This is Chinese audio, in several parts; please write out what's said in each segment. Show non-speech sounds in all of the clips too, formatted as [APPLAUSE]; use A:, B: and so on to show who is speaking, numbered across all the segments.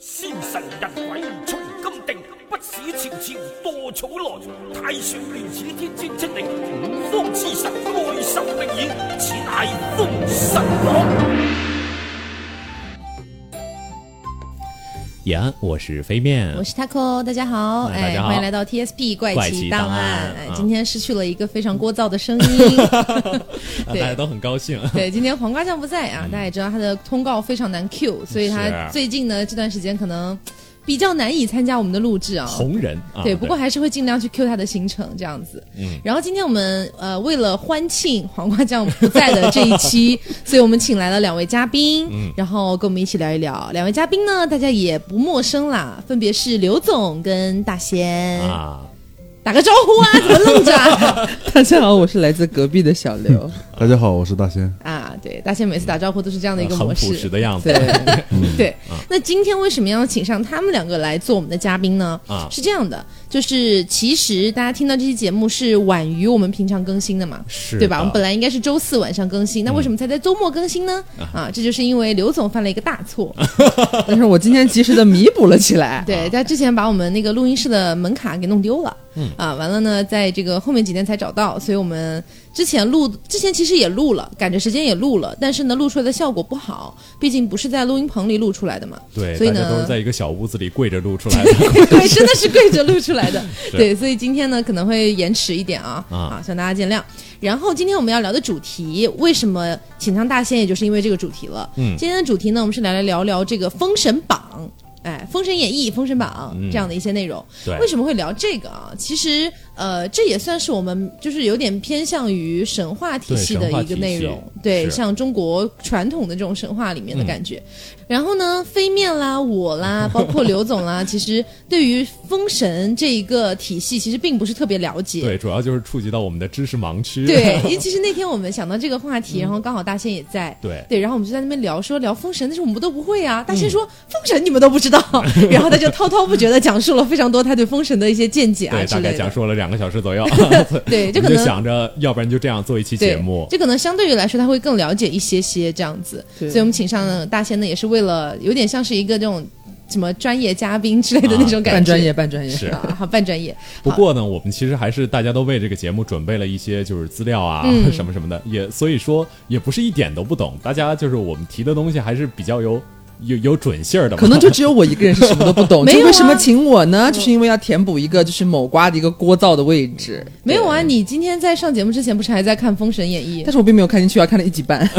A: 神人鬼除金定，不使朝朝堕草來。太上亂此天尊出令，五方之神愛受命矣，此乃封神榜。
B: 延安，我是飞面
C: 我。是 Taco，大家好，
B: 哎
C: 哎，
B: 大家好
C: 欢迎来到 TSP 怪
B: 怪奇
C: 奇
B: 档
C: 档
B: 案
C: 哎
B: 啊，
C: 今天失去了一个非常聒噪的声
B: [LAUGHS]
C: 音，
B: 啊大
C: 对
B: 家都很高兴。
C: 对，今天黄瓜酱不在啊，大家也知道他的通告非常难 Q，所以他
B: 嗯是啊
C: 最近呢这段时间可能比较难以参加我们的录制啊。
B: 红人啊，
C: 对，不过还是会尽量去 Q 他的行程这样子。
B: 嗯
C: 然后今天我们呃为了欢庆黄瓜酱不在的这一
B: [LAUGHS]
C: 期，所以我们请来了两位嘉宾，
B: 嗯
C: 然后跟我们一起聊一聊。两位嘉宾呢，大家也不陌生啦，分别是刘总跟大贤，
B: 啊，
C: 打个招呼啊，怎么愣着啊？ [LAUGHS]
D: [LAUGHS] 大家好，我是来自隔壁的小刘。
E: 大家好，我是大仙。
C: 啊，对，大贤每次打招呼都是这样的一个
B: 啊很
C: 模
B: 朴
C: 式
B: 实。的样子
D: 对，
B: 嗯
C: 对，那今天为什么要请上他们两个来做我们的嘉宾呢？
B: 啊
C: 是这样的，就是其实大家听到这期节目是晚于我们平常更新的嘛，
B: 是嗯
C: 对吧？我们本
B: 来
C: 来应该是周四晚上更新，那为什么才在周末更新呢？啊，这就是因为刘总犯了一个大
B: [LAUGHS]
C: 错，
D: 但是我今天及时的弥补了起来。
C: 对，他之前把我们那个录音室的门卡给弄丢了，
B: 嗯
C: 啊，完了呢，在这个后面几天才找到，所以我们之前录，之前其实也录了，赶着时间也录了，但是呢，录出来的效果不好，毕竟不是在录音棚里录出来的嘛，
B: 对，
C: 所以
B: 大家
C: 呢
B: 都是在一个小屋子里跪着录出来的。
C: [LAUGHS] 对，真
B: [LAUGHS]
C: 的是跪着录出来的。
B: 是
C: 对，所以今天呢可能会延迟一点啊，
B: 啊
C: 啊，望大家见谅。然后今天我们要聊的主题，为什么请上大仙，也就是因为这个主题了。
B: 嗯
C: 今天的主题呢，我们是来来聊聊这个《封神榜》，哎，《封神演义》《封神榜》
B: 嗯
C: 这样的一些内容。
B: 对
C: 为，什么会聊这个啊？其实，呃，这也算是我们就是有点偏向于神话体系的一个
B: 对
C: 内容，
B: 神话体系
C: 对，
B: 是嗯
C: 像中国传统的这种神话里面的感觉。然后呢，飞面啦，我
B: [LAUGHS]
C: 啦，包括刘总啦，其实对于封神这一个体系，其实并不是特别了解。
B: 对，主要就是触及到我们的知识盲区。
C: 对，因为其实那天我们想到这个话题，然后刚好大仙也在，
B: 嗯对嗯
C: 对，然后我们就在那边聊，说聊封神，但是我们都不会啊。大仙说、封神你们都不
B: [LAUGHS]
C: 知道，然后他就滔滔不绝的讲述了非常多他对封神的一些见解啊
B: 对，
C: 之
B: 大概
C: 类
B: 讲
C: 的。
B: 述了两个小时左右。
C: [LAUGHS] 对，这
B: 我
C: 可
B: 们
C: 能
B: 就想着，要不然就这样做一期
C: 对
B: 节目。
C: 这可能相对于来说他会更了解一些些这样子。
D: 对
C: 所以我们请上大仙呢，也是为了有点像是一个这种什么专业嘉宾之类的那
B: 啊
C: 种感觉，
D: 半专业，半 [LAUGHS] 专业。
B: 是
C: 啊， [LAUGHS] 好半专业。
B: 不过呢，我们其实还是大家都为这个节目准备了一些就是资料啊、
C: 嗯
B: [LAUGHS] 什么什么的，也所以说也不是一点都不懂。大家就是我们提的东西还是比较有有有准信儿的嘛。
D: 可能就只有我一个人是什么都不
C: [LAUGHS]
D: 懂，
C: 没有啊
D: 就为什么请我呢？就是因为要填补一个就是某瓜的一个聒噪的位置。
C: 没有啊，你今天在上节目之前不是还在看《封神演义》
D: 但？是我并没有看进去啊，看了一集
C: [LAUGHS]
D: 半，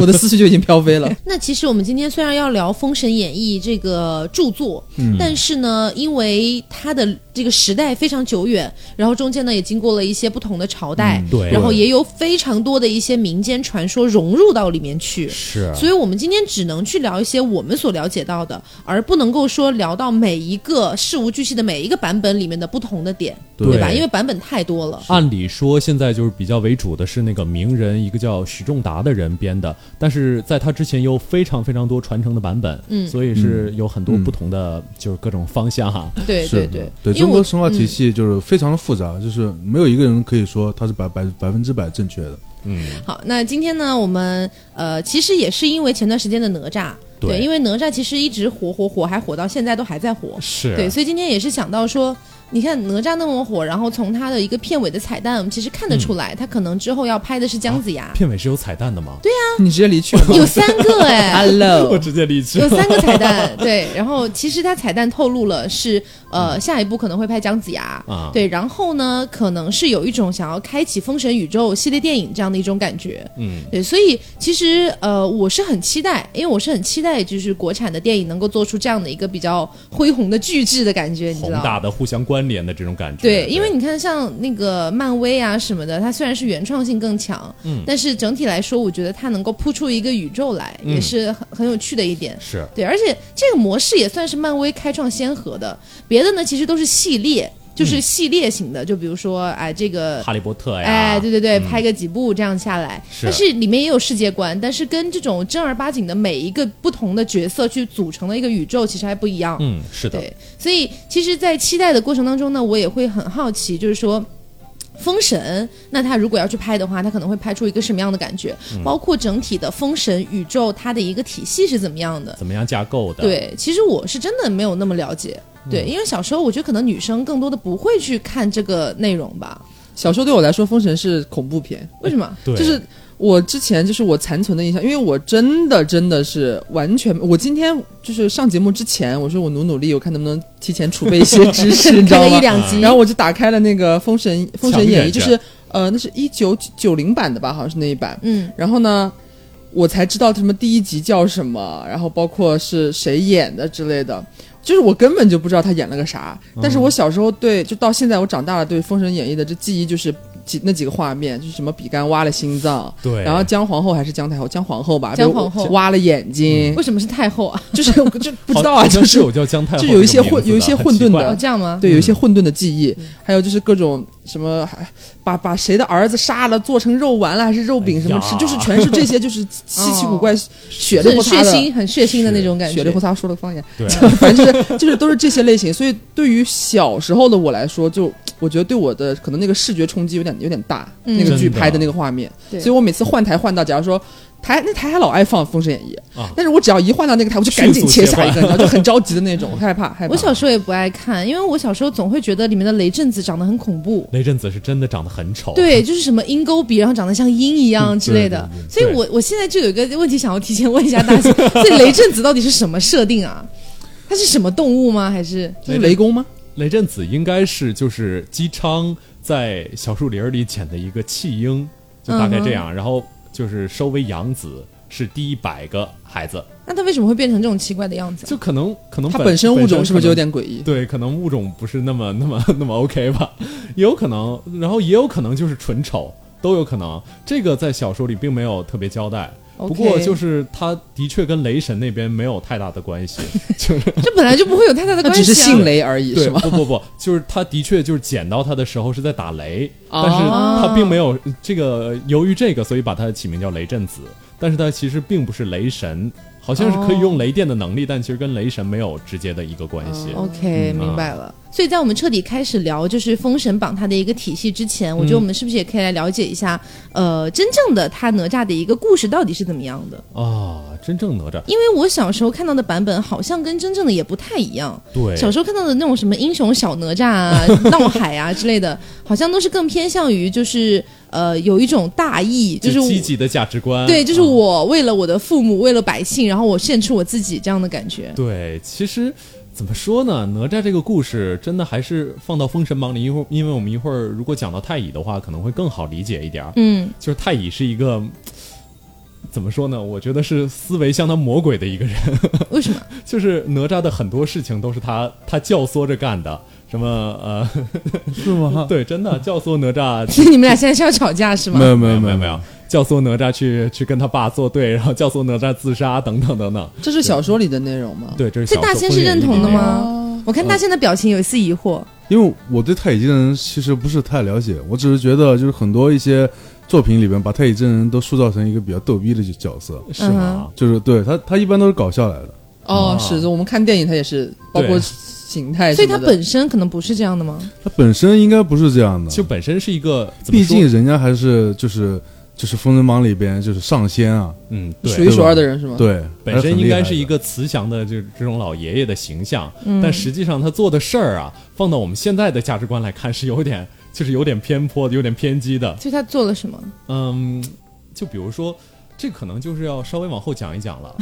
D: 我的思绪就已经飘飞了。
C: 那其实我们今天虽然要聊《封神演义》这个著作，嗯、但是呢，因为它的这个时代非常久远，然后中间呢也经过了一些不同的朝代，
B: 对
C: 然后也有非常多的一些民间传说融入到里面去。
B: [LAUGHS] 是
C: 所以，我们今天只能去聊一些我们所了解到的，而不能够说聊到每一个事无巨细的每一个版本里面的不同的点，对
B: 对
C: 吧？因为版本太多了。
B: 按理说，现在就是比较为主的是那个名人，一个叫许仲达的人编的，但是在他之前有非常非常多传承的版本，
C: 嗯
B: 所以是有很多不同的，就是各种方向哈、
D: 嗯
C: 对对对，
E: 对
C: 因为
E: 中
C: 我
E: 国神话体
C: 嗯嗯
E: 系就是非常的复杂，就是没有一个人可以说他是百百百分之百正确的。
B: 嗯，
C: 好，那今天呢，我们呃，其实也是因为前段时间的哪吒，
B: 对
C: 因为哪吒其实一直火火火，还火到现在都还在火，
B: 是
C: 对，所以今天也是想到说，你看哪吒那么火，然后从他的一个片尾的彩蛋，我们其实看得出来，他可能之后要拍的是姜子牙，
B: 片尾是有彩蛋的吗？
D: 你直接离去
C: [LAUGHS]
D: 吧。
C: 有三
B: [LAUGHS]
C: 个
B: 啊
C: 哎。
B: 我
D: Hello，
B: 直接离去
C: 有。三个彩
B: [LAUGHS]
C: 蛋，对，然后其实他彩蛋透露了是，呃，下一步可能会拍姜子牙，
B: 嗯啊
C: 对，然后呢，可能是有一种想要开启封神宇宙系列电影这样的一种感觉，
B: 嗯，
C: 对，所以其实呃，我是很期待，因为我是很期待，就是国产的电影能够做出这样的一个比较恢宏的巨制的感觉，你
B: 宏
C: 知道
B: 大
C: 吗？
B: 的互相关联的这种感觉。
C: 对，因为你看，像那个漫威啊什么的，它虽然是原创性更强，
B: 嗯
C: 但是整体来说，我觉得它能够铺出一个宇宙来，也
B: 嗯
C: 是很很有趣的一点。
B: 是
C: 对，而且这个模式也算是漫威开创先河的，别的呢其实都是系列，就是系列型的，就比如说哎这个
B: 嗯哈利波特呀，
C: 哎，对对对，
B: 嗯
C: 拍个几部这样下来，
B: 是
C: 但是里面也有世界观，但是跟这种正儿八经的每一个不同的角色去组成的一个宇宙，其实还不一样。
B: 嗯，是的，
C: 对，所以其实，在期待的过程当中呢，我也会很好奇，就是说。封神，那他如果要去拍的话，他可能会拍出一个什么样的感觉？包括整体的封神宇宙它的一个体系是怎么样的？
B: 怎么样架构的？，
C: 对，其实我是真的没有那么了解。对，因为小时候我觉得可能女生更多的不会去看这个内容吧？
D: 小时候对我来说，《封神》是恐怖片，
C: 为什么？
B: 对
D: 就是我之前就是我残存的印象，因为我真的真的是完全，我今天就是上节目之前，我说我努努力，我看能不能提前储备一些知
C: [LAUGHS]
D: 识，你知
C: 看
D: 道
C: 了
D: 吗
C: 一？两集，
D: 然后我就打开了那个《封神》《封神演义》，
B: 抢
D: 就
B: 着
D: 是呃，那是一九九零版的吧，好像是那一版。
C: 嗯，
D: 然后呢，我才知道什么第一集叫什么，然后包括是谁演的之类的。就是我根本就不知道他演了个啥，
B: 嗯
D: 但是我小时候对，就到现在我长大了，对《封神演义》的这记忆就是几那几个画面，就是什么比干挖了心脏，
B: 对
D: 然后姜皇后还是姜太后，姜皇后吧，
C: 姜皇后
D: 被挖了眼
C: [LAUGHS]
D: 睛，
C: 为什么是太后啊？
D: 就是我就不知道啊，
B: 好
D: 就
B: 像
D: 是
B: 是有叫姜太后
D: 就
B: 这个名字的，
D: 有一些混有一些混沌的
B: 很
C: 哦，
B: 奇怪
C: 这样吗？
D: 对，有一些混沌的记忆，
C: 嗯
D: 还有就是各种什么，还把把谁的儿子杀了，做成肉丸了，还是肉饼什么吃，
B: 哎呀
D: 就是全是这些，就是稀奇古怪、血里
C: 很
D: 胡
C: 哦血
D: 擦的。
C: 腥，很血腥的那种感
D: 血
C: 觉
D: 里。胡擦说了个方言，
B: 对
D: [LAUGHS] 反正就是就是都是这些类型，所以对于小时候的我来说，就我觉得对我的可能那个视觉冲击有点有点大，
C: 嗯
D: 那个剧
B: 真的
D: 拍的那个画面，
C: 对
D: 所以我每次换台换到，假如说台那台还老爱放《封神演义》
B: 啊
D: 但是我只要一换到那个台，我就赶紧
B: 迅速
D: 切
B: 切
D: 下一个，你知道，就很着急的那种，害怕害怕。
C: 我小时候也不爱看，因为我小时候总会觉得里面的雷震子长得很恐怖。
B: 那阵子是真的长得很丑，，啊
C: 对，就是什么鹰钩鼻，然后长得像鹰一样之类的。所以
B: 嗯对
C: 我我现在就有一个问题想要提前问一下大家， [LAUGHS] 所以雷震子到底是什么设定啊？它是什么动物吗？还是
D: 这是雷公吗？
B: 雷震子应该是就是姬昌在小树林儿里捡的一个弃婴，就大概这
D: 嗯
B: 样，然后就是收为养子，是第一百个孩子，
C: 那它为什么会变成这种奇怪的样子啊？
B: 就可能可能
D: 它本身物种是不是就有
B: 点？
D: 点诡异？
B: 对，可能物种不是那么那么那么 OK 吧，也有可能，然后也有可能就是纯丑，都有可能。这个在小说里并没有特别交代。不过
C: OK
B: 就是他的确跟雷神那边没有太大的关系，就是
C: 这本来就不会有太大的
D: 它
C: 关
D: 只
C: 系、啊。
D: 是姓雷而已，
B: 对，
D: 是吗？
B: 不不不，就是他的确就是捡到他的时候是在打雷，
D: 哦
B: 但是他并没有这个，由于这个，所以把他起名叫雷震子，但是他其实并不是雷神，好像是可
C: 哦
B: 以用雷电的能力，但其实跟雷神没有直接的一个关系。
C: 哦
B: 嗯
C: OK，、明
B: 啊
C: 白了。所以在我们彻底开始聊就是《封神榜》它的一个体系之
B: 嗯
C: 前，我觉得我们是不是也可以来了解一下，呃，真正的他哪吒的一个故事到底是怎么样的？
B: 啊，真正哪吒，
C: 因为我小时候看到的版本好像跟真正的也不太一样。
B: 对，
C: 小时候看到的那种什么英雄小哪吒啊、闹海啊之类的，好像都是更偏向于就是呃有一种大义，就是
B: 积
C: 我
B: 极的价值观，
C: 对，就是
B: 啊
C: 我为了我的父母，为了百姓，然后我献出我自己这样的感觉。
B: 对，其实怎么说呢？哪吒这个故事真的还是放到《封神榜》里，一会儿，因为我们一会儿如果讲到太乙的话，可能会更好理解一点儿。 [LAUGHS]
C: 嗯，
B: 就是太乙是一个。怎么说呢？我觉得是思维相当魔鬼的一个人， [LAUGHS]
C: 为什么？ [LAUGHS]
B: 就是哪吒的很多事情都是他他教唆着干的，什么呃，
E: 是吗？
B: [LAUGHS] 对，真的教唆哪吒
C: 所以你们俩现在是要吵架是吗？
E: 没 [LAUGHS] 有没
B: 没有
E: 有
B: 没有
E: 有
B: 没有，教唆哪吒去去跟他爸作对，然后教唆哪吒自杀等等等等。
D: 这是小说里的内容吗？
B: 对，这是
C: 这
B: 小
C: 大
B: 说
C: 仙
B: 封
C: 是
B: 神
C: 认
B: 里
C: 同的
B: 面
C: 吗？我看大仙的表情有一丝疑惑。
E: 因为我对太乙真人其实不是太了解，我只是觉得就是很多一些作品里边把太乙真人都塑造成一个比较逗逼的角色，
B: 是
C: 嗯
B: 吗？
E: 就是对他他一般都是搞笑来的。
B: 啊，
D: 哦是的，我们看电影它也是，包括
B: 对
D: 形
B: 哎
D: 态
C: 所
D: 什
C: 以他
D: 么的，
C: 本身可能不是这样的吗？
E: 他本身应该不是这样的，
B: 就本身是一个，怎么
E: 毕
B: 说
E: 竟人家还是就是就是《封神榜》里边就是上仙啊，
B: 嗯，
D: 数
B: 对，
D: 一数二的人是吗？，
E: 对，
B: 本身应该是一
E: 还
B: 个慈祥的，就是这种老爷爷的形象，但实际上他做的事儿啊，放到我们现在的价值观来看，是有点，就是有点偏颇的，有点偏激的。
C: 所以他做了什么？
B: 嗯，就比如说，这可能就是要稍微往后讲一讲了。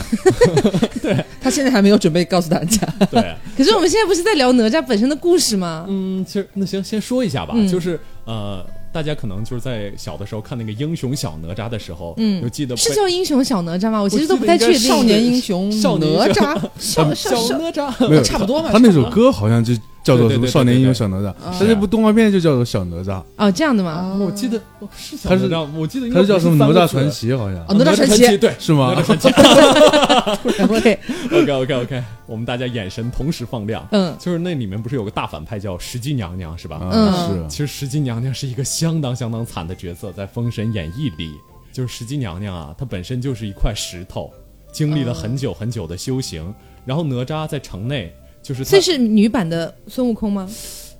D: 他现在还没有准备告诉大
B: [LAUGHS]
D: 家。
B: 对，
C: 可是我们现在不是在聊哪吒本身的故事吗？
B: 嗯，其实那行，先说一下吧，
C: 嗯
B: 就是呃，大家可能就是在小的时候看那个英雄小哪吒的时候，
C: 嗯
B: 就记得
C: 是
B: 被
C: 叫英雄小哪吒吗？我其实都不太
B: 我记得应该
C: 确定。
B: 少
D: 少年英雄
B: 少年
D: 哪
B: 英雄
D: 吒，少
B: 呃小哪吒，
E: 没有
D: 差不多嘛
E: 他他那首歌好像就叫做什么《少年英雄小哪吒》，
B: 对对对对对对
E: 他这部动画片就叫做小哪吒，
C: 哦，这样的吗？
B: 我记得哦是小
E: 他
B: 哪
E: 是
B: 吒，我记得应该
E: 他是叫
B: 不
E: 什么《
B: 三个
E: 哪吒
B: 字
E: 啊传奇》好像
D: 哦，哪吒传奇
B: 奇，对，
E: 是吗
B: 哪吒？传奇
C: [LAUGHS]
D: OK，
B: [LAUGHS] OK OK OK，我们大家眼神同时放亮。
C: 嗯
B: 就是那里面不是有个大反派叫石矶娘娘是吧？
E: 啊，
B: 其
E: 是
B: 实石矶娘娘是一个相当相当惨的角色，在《封神演义》里，就是石矶娘娘啊，她本身就是一块石头，经历了很久很久的修行。然后哪吒在城内，就是他
C: 所以是女版的孙悟空吗？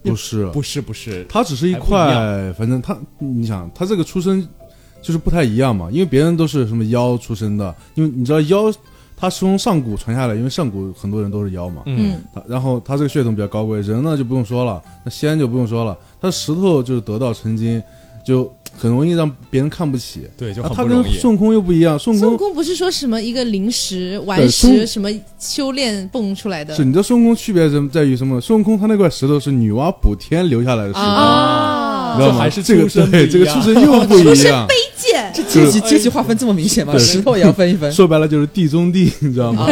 E: 不是，
B: 不是不是，
E: 它只是一
B: 还不一
E: 块，反正它，你想，它这个出身就是不太一样嘛，因为别人都是什么妖出身的，因为你知道妖，它是从上古传下来，因为上古很多人都是妖嘛，
B: 嗯，
E: 它然后它这个血统比较高贵，人呢就不用说了，那仙就不用说了，它石头就是得道成金，就很容易让别人看不起。
B: 对，就
E: 啊
B: 很
E: 他
B: 不
E: 跟
B: 容易。
E: 孙悟空又不一样，
B: 嗯
E: 孙悟
C: 孙悟
E: 空
C: 空不是说什么一个灵石、顽
E: 对孙
C: 石
E: 悟
C: 什么修炼蹦出来的
E: 是你知道孙悟空区别在在于什么？孙悟空他那块石头是女娲补天留下来的石头，
C: 啊
E: 你知道
B: 这
E: 吗？
B: 还是
E: 这个
B: 出身
E: 对
B: 不一
E: 这个
B: 样
E: 出身又不一样，
C: 见
D: 这阶级
B: 对
D: 阶级划分这么明显吗？
E: 对
D: 石头也要分一分。
E: 说白了就是地中地，你知道吗？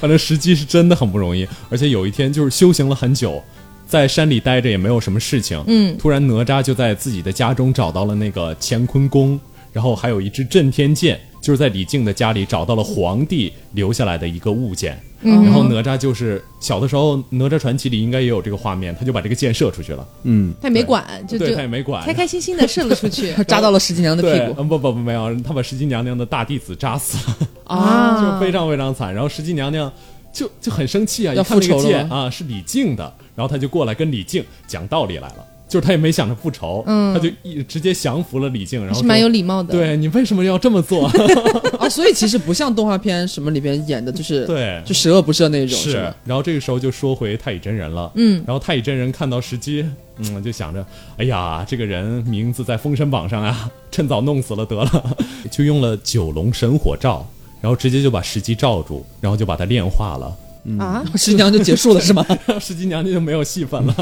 B: 反正时机是真的很不容易，而且有一天就是修行了很久，在山里待着也没有什么事情，
C: 嗯
B: 突然哪吒就在自己的家中找到了那个乾坤宫，然后还有一支震天剑，就是在李靖的家里找到了皇帝留下来的一个物件。
C: 嗯
B: 然后哪吒就是小的时候，《哪吒传奇》里应该也有这个画面，他就把这个箭射出去了，
E: 嗯，
C: 他也没管，就
B: 对
C: 就
B: 他也没管
C: 开开心心的射了
B: [LAUGHS]
C: 出去
D: 他扎到了石矶娘的
B: 对
D: 屁，股
B: 嗯不不不，没有，他把石矶娘娘的大弟子扎死了。
D: 啊！
C: 嗯
B: 就非常非常惨。然后石矶娘娘就就很生气啊，
D: 要
B: 一看那
D: 复
B: 个
D: 仇了
B: 剑啊是李靖的，然后她就过来跟李靖讲道理来了，就是她也没想着复仇，
C: 嗯
B: 她就一直接降服了李靖，然后
C: 是
B: 说
C: 蛮有礼貌的。，
B: 对你为什么要这么
C: [LAUGHS]
B: 做？ [LAUGHS]
D: 啊，所以其实不像动画片什么里边演的，就是
B: 对
D: 就十恶不赦那种，是吧？ [LAUGHS]
B: 然后这个时候就说回太乙真人了，
C: 嗯
B: 然后太乙真人看到石矶，嗯，就想着，哎呀，这个人名字在封神榜上啊， [LAUGHS] 趁早弄死了得了， [LAUGHS] 就用了九龙神火罩，然后直接就把石矶罩住，然后就把他炼化了， [LAUGHS]
C: 啊，
D: 石矶娘就结束了是吗？
B: 然后石矶娘娘就没有戏份了。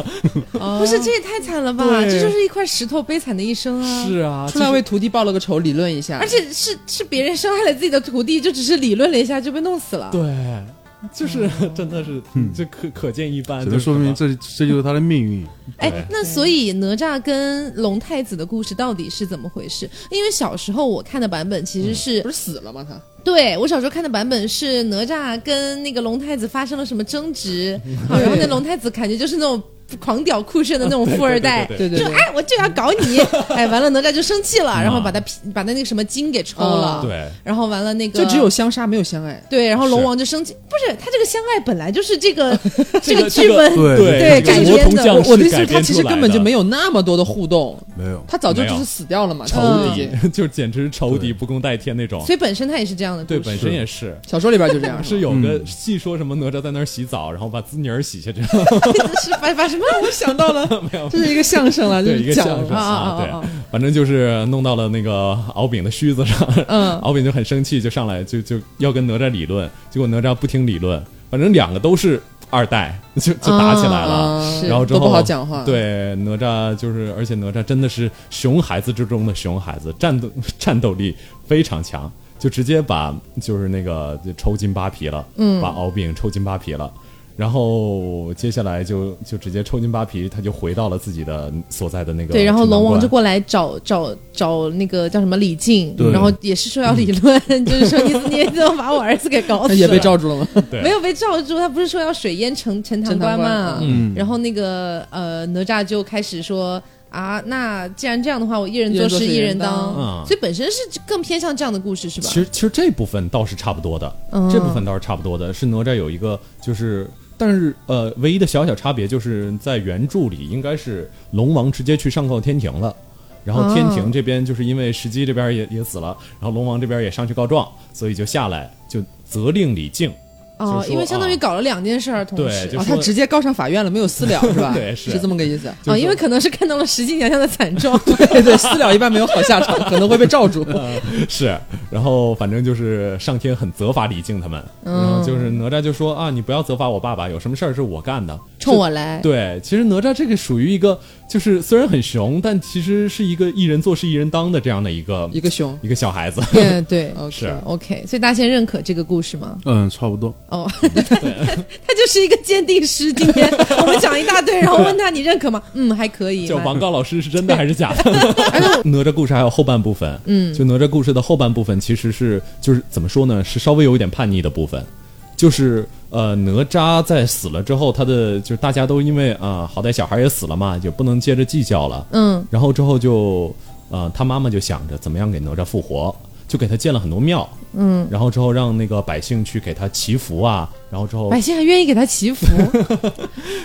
C: 不是，这也太惨了吧！
B: 对
C: 这就是一块石头，悲惨的一生啊。
B: 是，啊，
D: 嗯出来
B: 就是
D: 为徒弟报了个仇，理论一下，
C: 而且是是别人伤害了自己的徒弟，就只是理论了一下就被弄死了。
B: 对，就是、
D: 嗯
B: [LAUGHS] 真的是，这可可见一斑，
E: 嗯只
B: 就
E: 能
B: 是
E: 说
B: 什
E: 明
B: 么
E: 这这就是他的命运。
C: 哎，那所以哪吒跟龙太子的故事到底是怎么回事？因为小时候我看的版本其
B: 嗯
C: 实是，
D: 不是死了吗？他
C: 对我小时候看的版本是哪吒跟那个龙太子发生了什么争执，好，然后那龙太子感觉就是那种狂屌酷炫的那种富二代，
B: 对
D: 对对
C: 就
D: 对，
C: 哎，我就要搞你！哎，完了，哪吒就生气了，然后把他劈把他那个什么筋给抽了，
D: 啊
B: 对啊
C: 然后完了那个
D: 就只有相杀没有相爱，
C: 对，然后龙
B: 是
C: 王就生气，不是他这个相爱本来就是这个这个
B: 个
C: 剧本，
E: 对
B: 对
C: 改
B: 这个魔
C: 编
B: 童
C: 的
B: 降
D: 我我的意思
B: 改
D: 是，
B: 编
D: 他其实
B: 出来
D: 根本就
B: 的
D: 没有那么多的互动，
E: 没有，
D: 他早就
B: 没有
D: 就是死掉了嘛，
B: 仇
D: 他已
B: 敌
D: 经，
B: 就简直是仇敌不共戴天那种
C: 所。以本身他也是这样的故
B: 对，
C: 事。
B: 本身也是。
D: 小说里边就这样，
B: [LAUGHS] 是有个
E: 嗯
B: 戏说什么哪吒在那儿洗澡，然后把自女儿洗下去，
C: 是发发什么？
D: 我想到了，
B: 没有
D: 这是一个相声了，就
B: 对一
D: 是
B: 个
D: 讲
B: 相声
C: 啊啊啊啊
B: 对，反正就是弄到了那个敖丙的须子上，
C: 嗯
B: [LAUGHS] 敖丙就很生气，就上来就就要跟哪吒理论，结果哪吒不听理论，反正两个都是二代，就就打起来了。
D: 啊，
C: 是
B: 然后之
D: 都
B: 后
D: 不好讲话，，
B: 对，哪吒就是，而且哪吒真的是熊孩子之中的熊孩子，战斗战斗力非常强，就直接把就是那个就抽筋扒皮了，嗯，把敖丙抽筋扒皮了。然后接下来就就直接抽筋扒皮，他就回到了自己的所在的那个
C: 对，然后
B: 指南
C: 龙王
B: 观
C: 就过来找找找那个叫什么李靖，
E: 对
C: 然后也是说要理论，就是说你你怎么把我儿子给搞死了？
D: 也被罩住了吗？
B: 对
C: 没有被罩住，他不是说要水淹陈陈塘
D: 陈塘
C: 关
D: 关
C: 嘛？
E: 嗯
C: 然后那个呃哪吒就开始说啊，那既然这样的话，我一人
D: 一
C: 做
D: 人做
C: 事
D: 事
C: 一
D: 一人
C: 人当
D: 当，
B: 嗯
C: 所以本身是更偏向这样的故事是吧？
B: 其实其实这部分倒是差不多的，
C: 嗯
B: 这部分倒是差不多的，是哪吒有一个就是。但是，呃，唯一的小小差别就是在原著里，应该是龙王直接去上告天庭了，然后天庭这边就是因为石矶这边也也死了，然后龙王这边也上去告状，所以就下来就责令李靖， [LAUGHS]
C: 哦
B: 就，是说
C: 因为相当于搞了两件事儿同时
B: 对，就
D: 啊，
B: 是
D: 他直接告上法院了，没有私
B: [LAUGHS]
D: 了是吧？
B: 对是
D: 是这么个意思。 [LAUGHS]
B: 就
C: 啊，
B: 是
C: 因为可能是看到了石矶娘娘的惨状，
D: 对对，私了一般没有好下场，可能会被罩住。
B: 嗯是，然后反正就是上天很责罚李靖他们，
C: 嗯
B: 然后就是哪吒就说啊，你不要责罚我爸爸，有什么事儿是我干的，
C: 冲我来。
B: 对，其实哪吒这个属于一个，就是虽然很熊，但其实是一个一人做事一人当的这样的一个
D: 一个熊，
B: 一个小孩子。
C: 嗯，对
D: OK
B: 是
C: ，OK，所以大家先认可这个故事吗？
E: 嗯，差不多。
C: 哦， [LAUGHS] 他就是一个鉴定师。今天我们讲一大堆，然后问他你认可吗？嗯，还可以。
B: 就
C: 蛮
B: 王高老师是真的还是假的？哪吒故事还有后半部分，嗯，就哪吒故事的后半部分其实是就是怎么说呢，是稍微有一点叛逆的部分，就是呃哪吒在死了之后，他的就是大家都因为啊、好歹小孩也死了嘛，就不能接着计较了，
C: 嗯
B: 然后之后就，呃，他妈妈就想着怎么样给哪吒复活，就给他建了很多庙，嗯，然后之后让那个百姓
C: 哎
B: 去给他祈福啊，然后之后
C: 百姓还愿意给他祈福，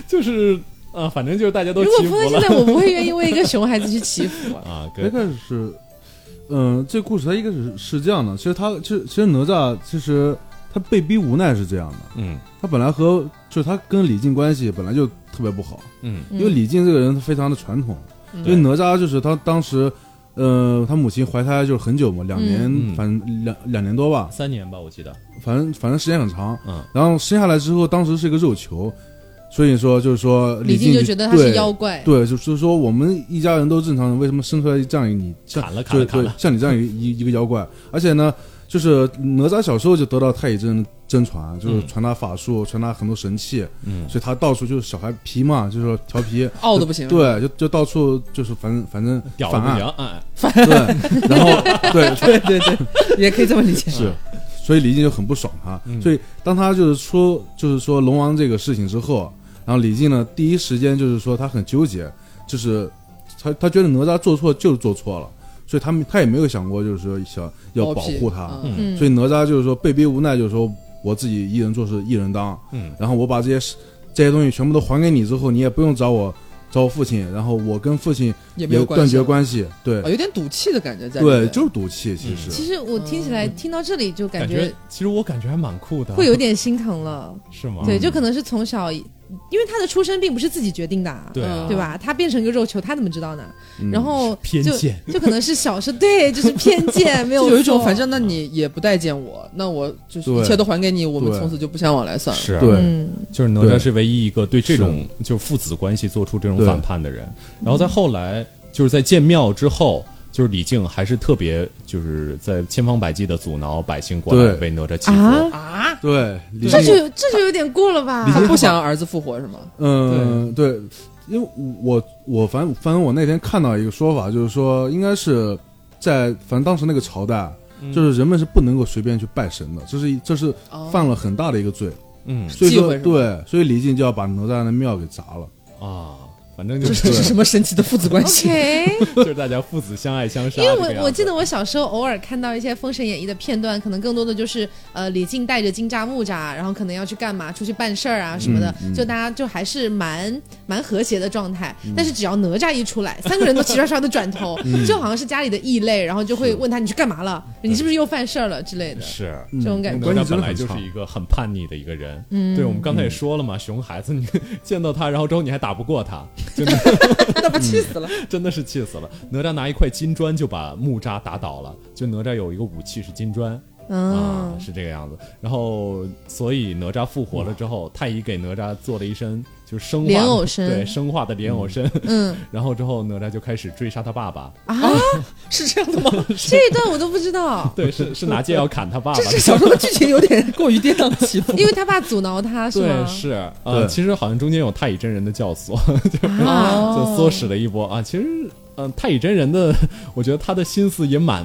B: 就是。啊，反正就是大家都
C: 如果
B: 欺
C: 放
B: 负
C: 在现
B: 了
C: 在，我不会愿意为一个熊孩子去欺负啊。
B: 啊，
E: 一
B: 对，
E: 开始是，嗯、这故事它一开始是这样的，其实他其实其实哪吒其实他被逼无奈是这样的，
B: 嗯
E: 他本来和就是他跟李靖关系本来就特别不好，
B: 嗯
C: 嗯
E: 因为李靖这个人他非常的传统，
C: 嗯
E: 因为哪吒就是他当时，呃，他母亲怀胎就是很久嘛，两年，
B: 嗯
E: 反正两两年多吧，
B: 三年吧，我记得，
E: 反正反正时间很长。
B: 嗯，
E: 然后生下来之后，当时是一个肉球，所以说就是说
C: 李
E: 靖
C: 靖就觉得他是
E: 对
C: 妖怪，
E: 对，就是说我们一家人都正常人，为什么生出来这样一你像
B: 砍了砍
E: 对
B: 了砍
E: 对
B: 了，
E: 像你这样一一个妖怪？而且呢，就是哪吒小时候就得到太乙真真传，就是
B: 嗯
E: 传达法术，传达很多神器，
B: 嗯
E: 所以他到处就是小孩皮嘛，就是说调皮，
D: 傲的不行。，
E: 对，就就到处就是反正反正
B: 屌的
E: 反
B: 不
E: 案
B: 行，，哎，
E: 对，然
B: [LAUGHS]
E: 后对对对对
D: 也可以这么理解。
E: 是，所以李靖就很不爽他，
B: 嗯
E: 所以当他就是说就是说龙王这个事情之后，然后李靖呢第一时间就是说他很纠结，就是他他觉得哪吒做错就是做错了，所以他们他也没有想过就是说想要
D: 包
E: 保
D: 庇
E: 护他，
D: 嗯
C: 嗯
E: 所以哪吒就是说被逼无奈，就是说我自己一人做事一人当，
B: 嗯
E: 然后我把这些事这些东西全部都还给你之后，你也不用找我。找我父亲，然后我跟父亲
D: 也没
E: 也
D: 有
E: 断绝
D: 系
E: 关系，对
D: 啊，有点赌气的感觉在里面。
E: 对，就是赌气，其
D: 嗯
E: 实、
C: 其实我听起来听到这里就感
B: 感
C: 觉
B: 觉其实我感觉还蛮酷的，
C: 会有点心疼了。
B: 是吗？
C: 对，就可能是从小，因为他的出身并不是自己决定的啊，
B: 对啊
C: 对吧？他变成一个肉球，他怎么知道呢？
E: 嗯
C: 然后
B: 偏
C: 就
B: 见，
C: 就可能是小时候对，就是偏见，没有
D: 就有一种
C: 错
D: 反正那你也不待见我，那我就是
E: 对
D: 一切都还给你，我们
E: 对
D: 从此就不相往来算了。
B: 是
E: 对，
C: 嗯，
B: 就是哪吒是唯一一个对这种就父子关系做出这种
E: 对
B: 反叛的人。然后在后来，就是在建庙之后，就是李靖还是特别就是在千方百计的阻挠百姓过来
E: 对
B: 为哪吒祈
C: 啊
B: 福。，
D: 啊，
E: 对，李
C: 这
E: 靖
C: 就这就有点过了吧？
D: 他不想让儿子复活是吗？
E: 嗯，对，因为我我反正反正我那天看到一个说法，就是说应该是在反正当时那个朝代，啊
B: 嗯
E: 就是人们是不能够随便去拜神的，这是一这是
D: 哦
E: 犯了很大的一个罪，
B: 嗯
E: 所以
D: 忌
E: 说
D: 讳是吧
E: 对，所以李靖就要把哪吒的庙给砸了。
B: 啊，反正就
D: 这
B: 是 [LAUGHS]
C: [LAUGHS]
D: 是什么神奇的父子关系？
B: 嗯
C: OK，
B: 就是大家父子相爱相杀。
C: 因为
B: 这个样
C: 我
B: 子
C: 我记得我小时候偶尔看到一些《封神演义》的片段，可能更多的就是呃李靖带着金吒、木吒，然后可能要去干嘛，出去办事儿啊什么的，
E: 嗯嗯
C: 就大家就还是蛮蛮和谐的状态。但是只要哪吒一出来，三个人都齐刷刷的转头，就好像是家里的异类，然后就会问他你去干嘛了，你是不是又犯事儿了之类的。
B: 是。
C: 这种感
E: 嗯
C: 觉
B: 哪
E: 关系
B: 吒
E: 真
B: 本
E: 的
B: 来
E: 很
B: 就是
E: 差
B: 一个很叛逆的一个人，嗯，对我们刚才也说了嘛，熊孩子，你 [LAUGHS] 见到他，然后之后你还打不过他，真的
D: 那不气死了？
B: [LAUGHS] 真的是气死了！哪吒拿一块金砖就把木吒打倒了，就哪吒有一个武器是金砖。啊
C: 嗯，，
B: 是这个样子。然后，所以哪吒复活了之后，太乙给哪吒做了一身就是生化
C: 莲藕身
B: 对生化的莲藕身。
C: 嗯
B: [LAUGHS] 然后之后，哪吒就开始追杀他爸爸，，
C: 啊， [LAUGHS]
D: 是这样的吗？
C: 这一段我都不知道
B: 对，是是拿剑要砍他爸 [LAUGHS] 爸
D: 这
B: 的。
D: 是小说的剧情有点过于跌宕起
B: 嗯
D: 伏。
C: 因为他爸阻挠他是
B: 对，
C: 吗？
B: 是呃，
E: 对
B: 其实好像中间有太乙真人的教唆，
C: 啊，
B: [LAUGHS] 就唆使了一波啊。其实，嗯、太乙真人的，我觉得他的心思也蛮。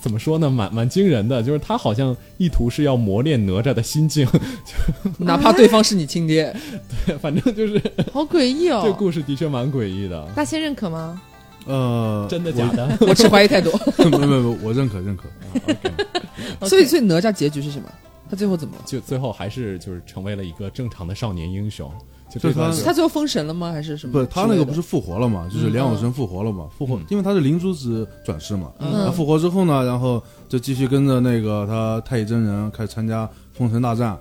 B: 怎么说呢，蛮蛮惊人的，就是他好像意图是要磨练哪吒的心境， [LAUGHS]
D: 哪怕对方是你亲爹，
B: 反正就是
C: 好诡异
B: 这
C: 哦。
B: 故事的确蛮诡异的，
C: 大仙认可吗？
E: 呃，
B: 真的假的？
D: 我持怀疑态度。
E: 我？ [LAUGHS] 没没没，我认可认可。
D: 所以，所以哪吒结局是什么？他最后怎么了？
B: [LAUGHS] 就最后还是就是成为了一个正常的少年英雄，就
E: 就
B: 这段
E: 他
B: 就
D: 他最后封神了吗？还是什么之
E: 不，
D: 类的？
E: 他那个不是复活了嘛？
D: 嗯
E: 就是莲藕神复活了嘛？复活
B: 嗯，
E: 因为他是灵珠子转世嘛。
C: 嗯
E: 他复活之后呢，然后就继续跟着那个他太乙真人开始参加封神大战，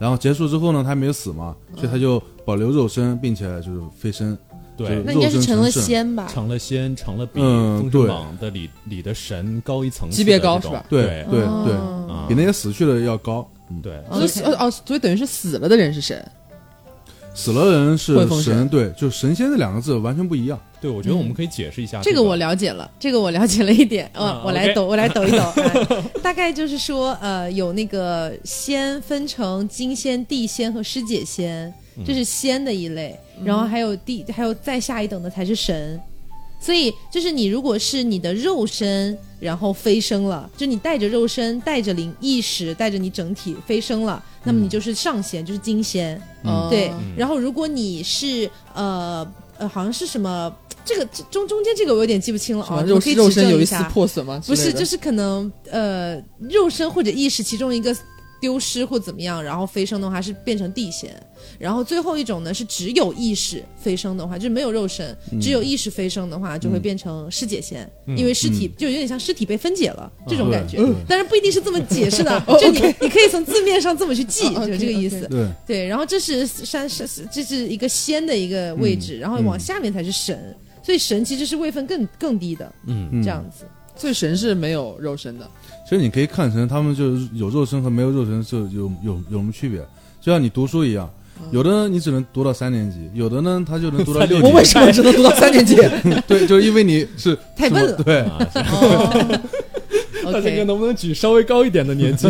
E: 然后结束之后呢，他还没有死嘛，
D: 嗯
E: 所以他就保留肉身，并且就是飞升。
B: 对
C: 那应该是成了
E: 肉身成圣
C: 仙吧？
B: 成了仙，成了比封
E: 嗯
B: 神
E: 对
B: 榜的里里的神高一层次
D: 级别
B: 的这
D: 高
B: 种
D: 是吧
E: 对
B: 对
E: 对对，
C: 哦
B: 啊
D: 嗯
E: 比那些死去的要高。嗯
B: 对
C: 哦
D: 所以哦哦，所以等于是死了的人是谁？
E: 死了人是
D: 会封神
E: 神，对，就神仙这两个字完全不一样。
B: 对，我觉得我们可以解释一
E: 啊
B: 下
C: 这个我了解了，这个我了解了一点，呃、
B: 啊
C: 我来
B: OK
C: 抖，我来抖一抖、哎大概就是说，呃，有那个仙分成金仙、地仙和师姐仙，
E: 嗯
C: 这是仙的一类，然后还有地，还有再下一等的才是神。所以，就是你如果是你的肉身，然后飞升了，就你带着肉身、带着灵意识、带着你整体飞升了，那
E: 嗯
C: 么你就是上仙，就是金仙。
D: 哦
C: 对，然后如果你是呃呃，好像是什么这个这中中间这个我有点记不清了
D: 什
C: 啊，
D: 么
C: 你们
D: 肉
C: 可以
D: 肉
C: 指
D: 身
C: 正
D: 有
C: 一
D: 一丝
C: 下。
D: 破损吗？
C: 不是，就是是可能呃，肉身或者意识其中一个丢失或怎么样，然后飞升的话是变成地仙，然后最后一种呢是只有意识飞升的话，就是没有肉身，
D: 嗯
C: 只有意识飞升的话就会变成尸解仙，因为尸体、就有点像尸体被分解了、这
D: 嗯
C: 种感觉
E: 对对，
C: 但是不一定是这么解释
D: [LAUGHS]
C: 的，就你你可以从字面上这么去记，
D: 哦
C: 就是这个
D: OK，OK
C: 意思。
E: 对，
C: 对，然后这是山山，这是一个仙的一个位置，然后往下面才是神，所以神其实是位分更更低的，
B: 嗯，
E: 嗯
C: 这样子。
D: 所以神是没有肉身的，
E: 其实你可以看成他们就是有肉身和没有肉身是有有有什么区别，就像你读书一样，
D: 嗯
E: 有的呢你只能读到三年级，有的呢他就能
D: [LAUGHS]
E: 读到六
D: 我为
E: 年级。
D: 什么只能读到三年级？
E: 对，就是因为你是
C: 太
E: 什
C: 笨
E: 么
C: 了
E: 对，
C: 哦
B: 大家
C: OK，
B: 能不能举稍微高一点的年纪？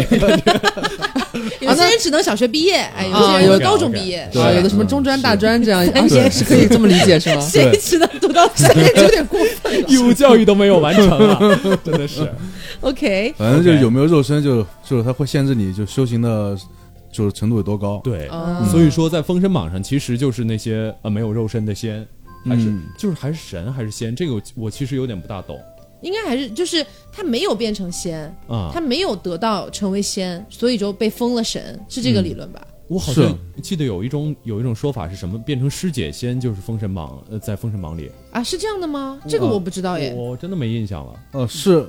C: 有些人只能小学毕业，哎，有
D: 啊
C: 些人
D: 有
C: 能高中毕业，
B: 对
D: 啊，有的什么中专、
E: 嗯
D: 大专这样，啊
C: 是
D: 是可以这么理解
E: [LAUGHS]
D: 是吗？
C: 谁只能读到三年级有点过分。
B: [LAUGHS] 义务教育都没有完成 [LAUGHS] 啊，真的是。
C: OK，
E: 反正就是
B: OK
E: 有没有肉身就就是它会限制你就修行的，就是程度有多高。
B: 对，
C: 嗯
B: 所以说在《封神榜》上，其实就是那些呃没有肉身的仙，还是、
E: 嗯
B: 就是还是神还是仙，这个我我其实有点不大懂
C: 应该还是就是他没有变成仙，
B: 啊。
C: 他没有得到成为仙，所以就被封了神，是这个理论吧？
B: 我好像记得有一种有一种说法是什么变成师姐仙，就是《封神榜》呃在《封神榜》里，
C: 啊，是这样的吗？这个我不知道哦耶。
B: 我真的没印象了。
E: 呃，是，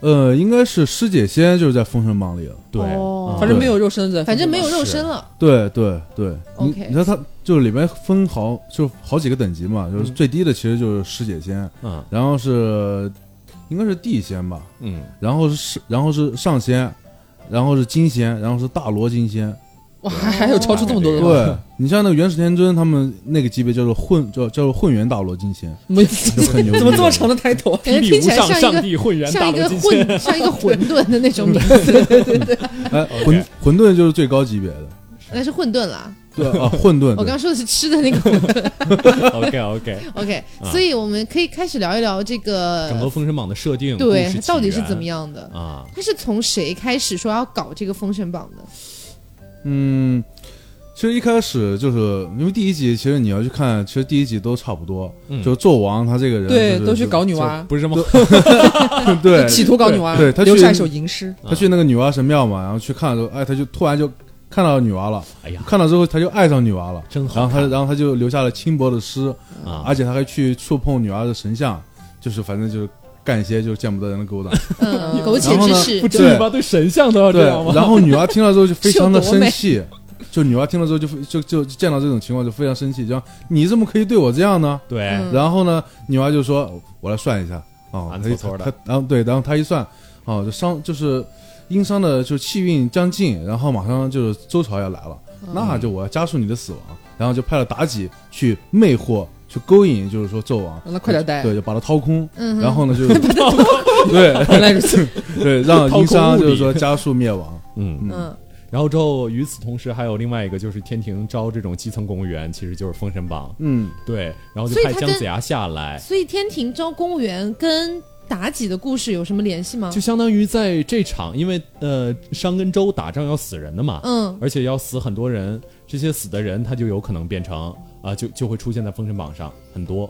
E: 呃，应该是师姐仙就是在《封神榜》里了。
B: 对，
C: 哦
B: 啊
D: 反正没有肉身的，
C: 反正没有肉
B: 是
C: 身了，
E: 对对对你
C: OK
E: 你看它就是里面分好就好几个等级嘛，就是最低的其实就是师姐仙，
B: 嗯
E: 然后是应该是地仙吧，
B: 嗯，
E: 然后是然后是上仙，然后是金仙，然后是大罗金仙。
D: 哇，还还有超出这么多的吗，
E: 对你像那个元始天尊他们那个级别叫做混叫叫做混元大罗金仙，
D: 没有
E: 就很牛
D: [LAUGHS]
E: 逼。
D: 怎么这么长的啊抬头？
C: 感觉
B: 霹雳
C: 听起
B: 无
C: 来
B: 上
C: 像一
B: 上
C: 个
B: 帝混元
C: 像
B: 大
C: 一
B: 罗
C: 个
B: 金仙，
C: 混 [LAUGHS] 像一个混沌的那种名字，
E: 哎，混混沌就是最高级别的，
C: 那是混沌啦。
E: 对
D: [LAUGHS]
E: 啊，混沌。
C: [LAUGHS] 我
E: 对
C: 刚说的是吃的那个
B: [LAUGHS]
C: 混沌。
B: OK OK，
C: OK，所以我们可以开始聊一聊这
B: 啊整个《
C: 个
B: 封神榜》的设定
C: 呃对到底是怎么
B: 样
C: 样的。
B: 啊？
C: 他是从谁开始说要搞这个封神榜的？
E: 嗯，其实一开始就是因为第一集，其实你要去看，其实第一集都差不多，
B: 嗯
E: 就是纣王他这个人、
D: 对，
E: 就是
D: 都去搞女娲，
B: 不是什么
E: 对，
D: [LAUGHS] 企图搞女娲，
E: 对对他去
D: 留下一首吟诗。
E: 他去那个女娲神庙嘛，然后去看的时候，哎，他就突然就看到女娲了，
B: [LAUGHS] 哎呀
E: 看到之后他就爱上女娲了，
B: 真好
E: 然后他然后他就留下了轻薄的诗，
B: 啊
E: 而且他还去触碰女娲的神像，就是反正就是干一些就是见不得人的勾当，
C: 嗯，
D: 嗯
C: [LAUGHS] 苟且
E: 然后
C: 之
E: 呢
B: 不
C: 事。
B: 至于吧？对神像都要
E: 对
B: 啊这样吗？，
E: 然后女娲听了之后就非常的
C: 是有多
E: 生
C: 美
E: 气，就女娲听了之后就就就见到这种情况就非常生气，就你怎么可以对我这样呢？
B: 对，
C: 嗯
E: 然后呢，女娲就说：“我来算一下啊，
B: 俺
E: 她一
B: 搓搓的
E: 她然后对，然后她一算，啊，这商就是殷商的就气运将近，然后马上就是周朝要来了，那就我要加速你的死亡，然后就派了妲己去魅惑。”去勾引，就是说纣王，
D: 让他快点待
E: 对，就把他掏空，
C: 嗯哼
E: 然后呢，就是对
D: 原来如此，
E: 对，让
B: 掏空
E: 殷商
B: 物
E: 就是
B: 理
E: 说加速灭亡，
B: 嗯。
C: 嗯，
B: 然后之后，与此同时还有另外一个，就是天庭招这种基层公务员，其实就是《封神榜
E: 嗯，》
B: 对，然后就
C: 所以
B: 派
C: 他
B: 姜
C: 跟
B: 子牙下来，
C: 所以天庭招公务员跟妲己的故事有什么联系吗
B: 就？相当于在这场，因为呃商跟周打仗要死人的嘛，
C: 嗯，
B: 而且要死很多人，这些死的人他就有可能变成啊、就就会出现在《封神榜》上很多，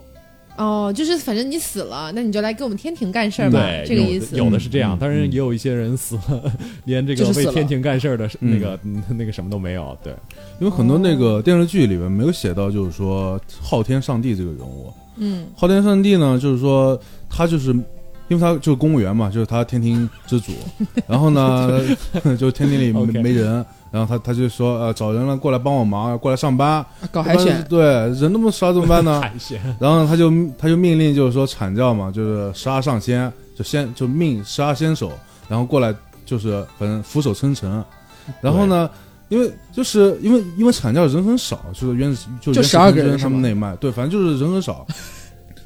C: 哦，就是反正你死了，那你就来给我们天庭干事儿吧，
B: 对，
C: 这个
B: 有的
C: 意思。
B: 有的是这样，
E: 嗯
B: 当然也有一些人死了， [LAUGHS] 连这
D: 就
B: 个
D: 是死
B: 为
D: 了
B: 天庭干事儿的
E: 嗯
B: 那个 [LAUGHS] 嗯那个什么都没有，对，
E: 因为很多那个电视剧里面没有写到，就是说昊天上帝这个人物。
C: 嗯，
E: 昊天上帝呢，就是说他就是，因为他就是公务员嘛，就是他天庭之主。然后呢，就天庭里
B: OK
E: 没没人，然后他他就说呃找人了过来帮我忙，过来上班。
D: 搞海
E: [LAUGHS]
D: 选，
E: 对，人那么少怎么办
B: [LAUGHS]
E: 呢？
B: 海鲜
E: 然后他就他就命令就是说阐教嘛，就是十二上仙，就先就命十二仙手，然后过来就是反正俯首称臣。然后呢，因为就是因为因为阐教人很少，就是原始就
D: 就
E: 原始
D: 12个
E: 天
D: 人
E: 尊
D: 是
E: 他们
D: 吗
E: 那一脉，对，反正就是人很少。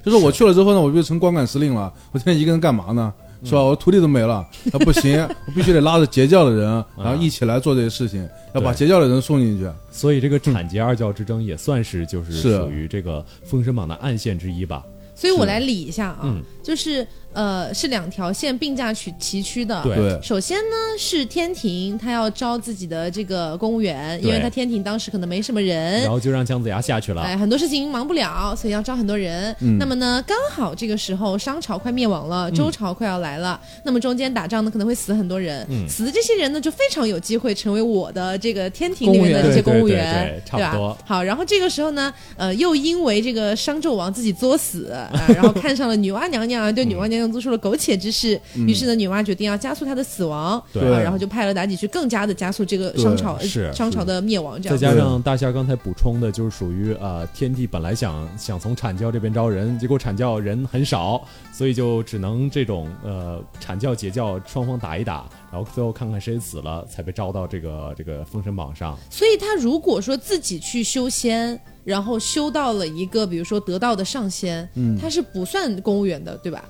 E: 就是我去了之后呢，我就成光杆司令了，我天天一个人干嘛呢？是吧？我徒弟都没了，那不行，我必须得拉着截教的人，然后一起来做这些事情，要把
B: 对
E: 截教的人送进去。
B: 所以这个产阶二教之争也算是就是
E: 是
B: 属于这个《封神榜》的暗线之一吧。
C: 所以我来理一下啊，
B: 嗯
C: 就是呃，是两条线并驾齐齐驱的。
B: 对
E: 对
C: 首先呢是天庭，他要招自己的这个公务员，因为
B: 对
C: 他天庭当时可能没什么
B: 然
C: 人。
B: 后就让姜子牙下去了。
C: 嗯哎，很多事情忙不了，所以要招很多人。
B: 嗯
C: 那么呢，刚好这个时候商朝快灭亡了，周朝快要来了。
B: 嗯
C: 那么中间打仗呢，可能会死很多人。死的这些人呢，就非常有机会成为我的这个天庭里面的
D: 公务员
C: 这些公务
B: 对对
C: 员，
B: 对对差不
C: 吧
B: 多
C: 好，然后这个时候呢，呃，又因为这个商纣王自己作
B: [LAUGHS]
C: 死啊，然后看上了女娲娘娘，对女娲娘娘做出了苟且之事，于是呢，女娲决定要加速她的死亡，
B: 嗯对
C: 啊然后就派了妲己去更加的加速这个
E: 对
C: 商朝呃
B: 是
C: 商朝的灭亡，这
B: 再
C: 样子。
B: 加上大夏刚才补充的，就是属于呃天帝本来想想从阐教这边招人，结果阐教人很少，所以就只能这种呃阐教截教双方打一打，然后最后看看谁死了，才被招到这个这个封神榜上。
C: 所以他如果说自己去修仙，然后修到了一个比如说得道的上仙，
E: 嗯
C: 他是不算公务员的，对吧？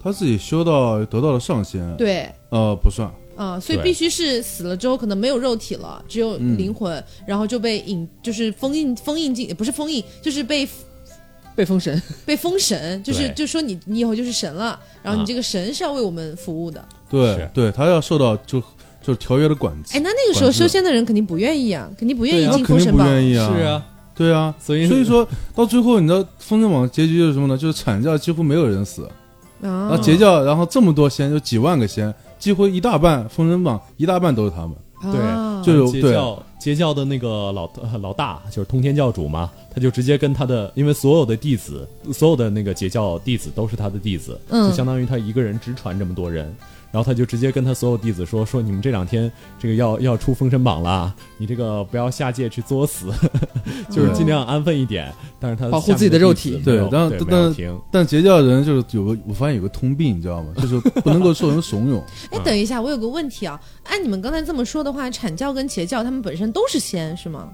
E: 他自己修到得到了上仙，
C: 对。
E: 呃，不算，
C: 啊、所以
B: 对
C: 必须是死了之后，可能没有肉体了，只有灵魂，
E: 嗯
C: 然后就被引，就是封印，封印进，不是封印，就是被
D: 被封神，
C: 被封神，就是
B: 对
C: 就说你你以后就是神了，然后你这个神是要为我们服务的。
E: 对
B: 是
E: 对，他要受到就就是条约的管制
C: 哎，，那那个时候
E: 管制
C: 修仙的人肯定不愿意啊，肯定不愿
E: 对
C: 意
E: 啊
C: 进封
E: 肯定
C: 神
E: 不
C: 榜。
E: 愿意啊，
B: 是啊，
E: 对啊，
B: 所以
E: 所以说到最后，你知道封神榜结局就是什么呢？就是阐教几乎没有人死，然
C: 啊
E: 后截教，然后这么多仙，有几万个仙，几乎一大半封神榜一大半都是他们。
C: 啊
E: 就
B: 截
E: 是对
B: 教截教的那个老呃 [LAUGHS] 老大就是通天教主嘛，他就直接跟他的，因为所有的弟子，所有的那个截教弟子都是他的弟子，
C: 嗯
B: 就相当于他一个人直传这么多人。然后他就直接跟他所有弟子说：“说你们这两天这个要要出封神榜了，你这个不要下界去作死， [LAUGHS] 就是尽量安分一点。但是他
D: 保护自己的肉体
B: 对
E: 对，，但
B: 对没有
E: 但
B: 停
E: 但截教人就是有个，我发现有个通病，你知
C: [LAUGHS]
E: 道吗？就是不能够受人怂恿。
C: 哎，等一下，我有个问题啊，按你们刚才这么说的话，阐教跟截教他们本身都是仙是吗？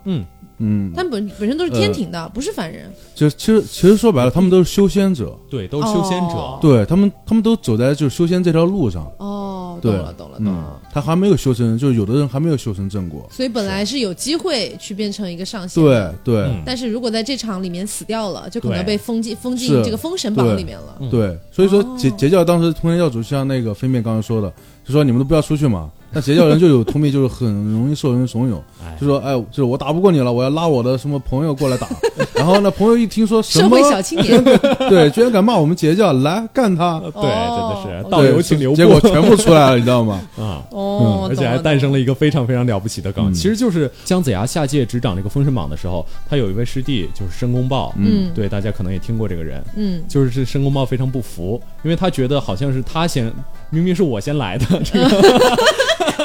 E: 嗯，
C: 他们本本身都是天庭的，不是凡人。
E: 就其实其实说白了，他们都是修仙者，
B: 对，都是修仙者。
C: 哦
E: 对他们他们都走在就是修仙这条路上。
C: 哦，懂
E: 对
C: 了，懂了，懂
E: 嗯
C: 了。，
E: 他还没有修成，就是有的人还没有修成正果。
C: 所以本来是有机会去变成一个上仙
E: 对
C: 的，
E: 对
B: 嗯
C: 但是如果在这场里面死掉了，就可能
B: 对
C: 被封进封进
E: 是
C: 这个封神榜里面了。
B: 嗯
E: 对，所以说截
C: 哦
E: 截教当时通天教主像那个飞面刚才说的，就说你们都不要出去嘛。 [LAUGHS] 那截教人就有通病，就是很容易受人怂恿。
B: 哎
E: 就，说哎，就是我打不过你了，我要拉我的什么朋友过来打。 [LAUGHS] 然后呢，朋友一听说什
C: 社
E: 么
C: 会，小青年，
E: 对，居然敢骂我们截教，来干
B: [LAUGHS]
E: 他！
B: 对，
C: 哦
B: 真的是
C: 对
B: 道
E: 对
B: 友请留步。
E: 结果全部出来了，你知道
B: [LAUGHS]
E: 吗？ [LAUGHS]
B: 啊，
C: 哦，
B: 而且
C: 懂
B: 还
C: 了
B: 诞
C: 懂
B: 生了一个非常非常了不起的梗，其实就是姜子牙下界执掌这个封神榜的时候，他有一位师弟就是申公豹，
C: 嗯
B: 对，大家可能也听过这个人，
C: 嗯，
B: 就是这申公豹非常不服，因为他觉得好像是他先，明明是我先来
C: [LAUGHS]
B: 的，这个 [LAUGHS]
C: [LAUGHS]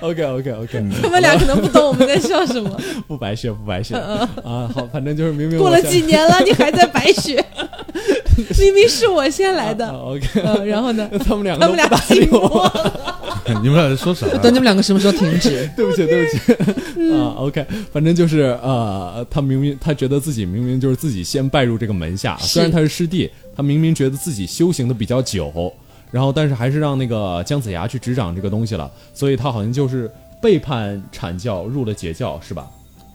B: ，OK OK OK OK，
C: 他们俩可能不懂我们在笑什么。
B: 不白学不白学啊，好，反正就是明明
C: 嗯过
B: 我
C: 了
B: 先
C: 几年了，你还在白雪，明明是我先来
B: 啊
C: 的。
B: ，OK，
C: 嗯，
B: [LAUGHS]
C: 然后呢？
B: 他们两
C: 他
B: 个都
C: 们俩
B: 不搭
C: 寂
B: 理我。
C: 寞。
E: 你们俩在说啥？
D: 等你们两个什么时候停
C: [LAUGHS]
D: 止？
B: 对不起，对不起，啊，OK，反正就是呃，他明明他觉得自己明明就是自己先拜入这个门下，虽然他是师弟，他明明觉得自己修行的比较久，然后但是还是让那个姜子牙去执掌这个东西了，所以他好像就是背叛阐教，入了截教，是吧？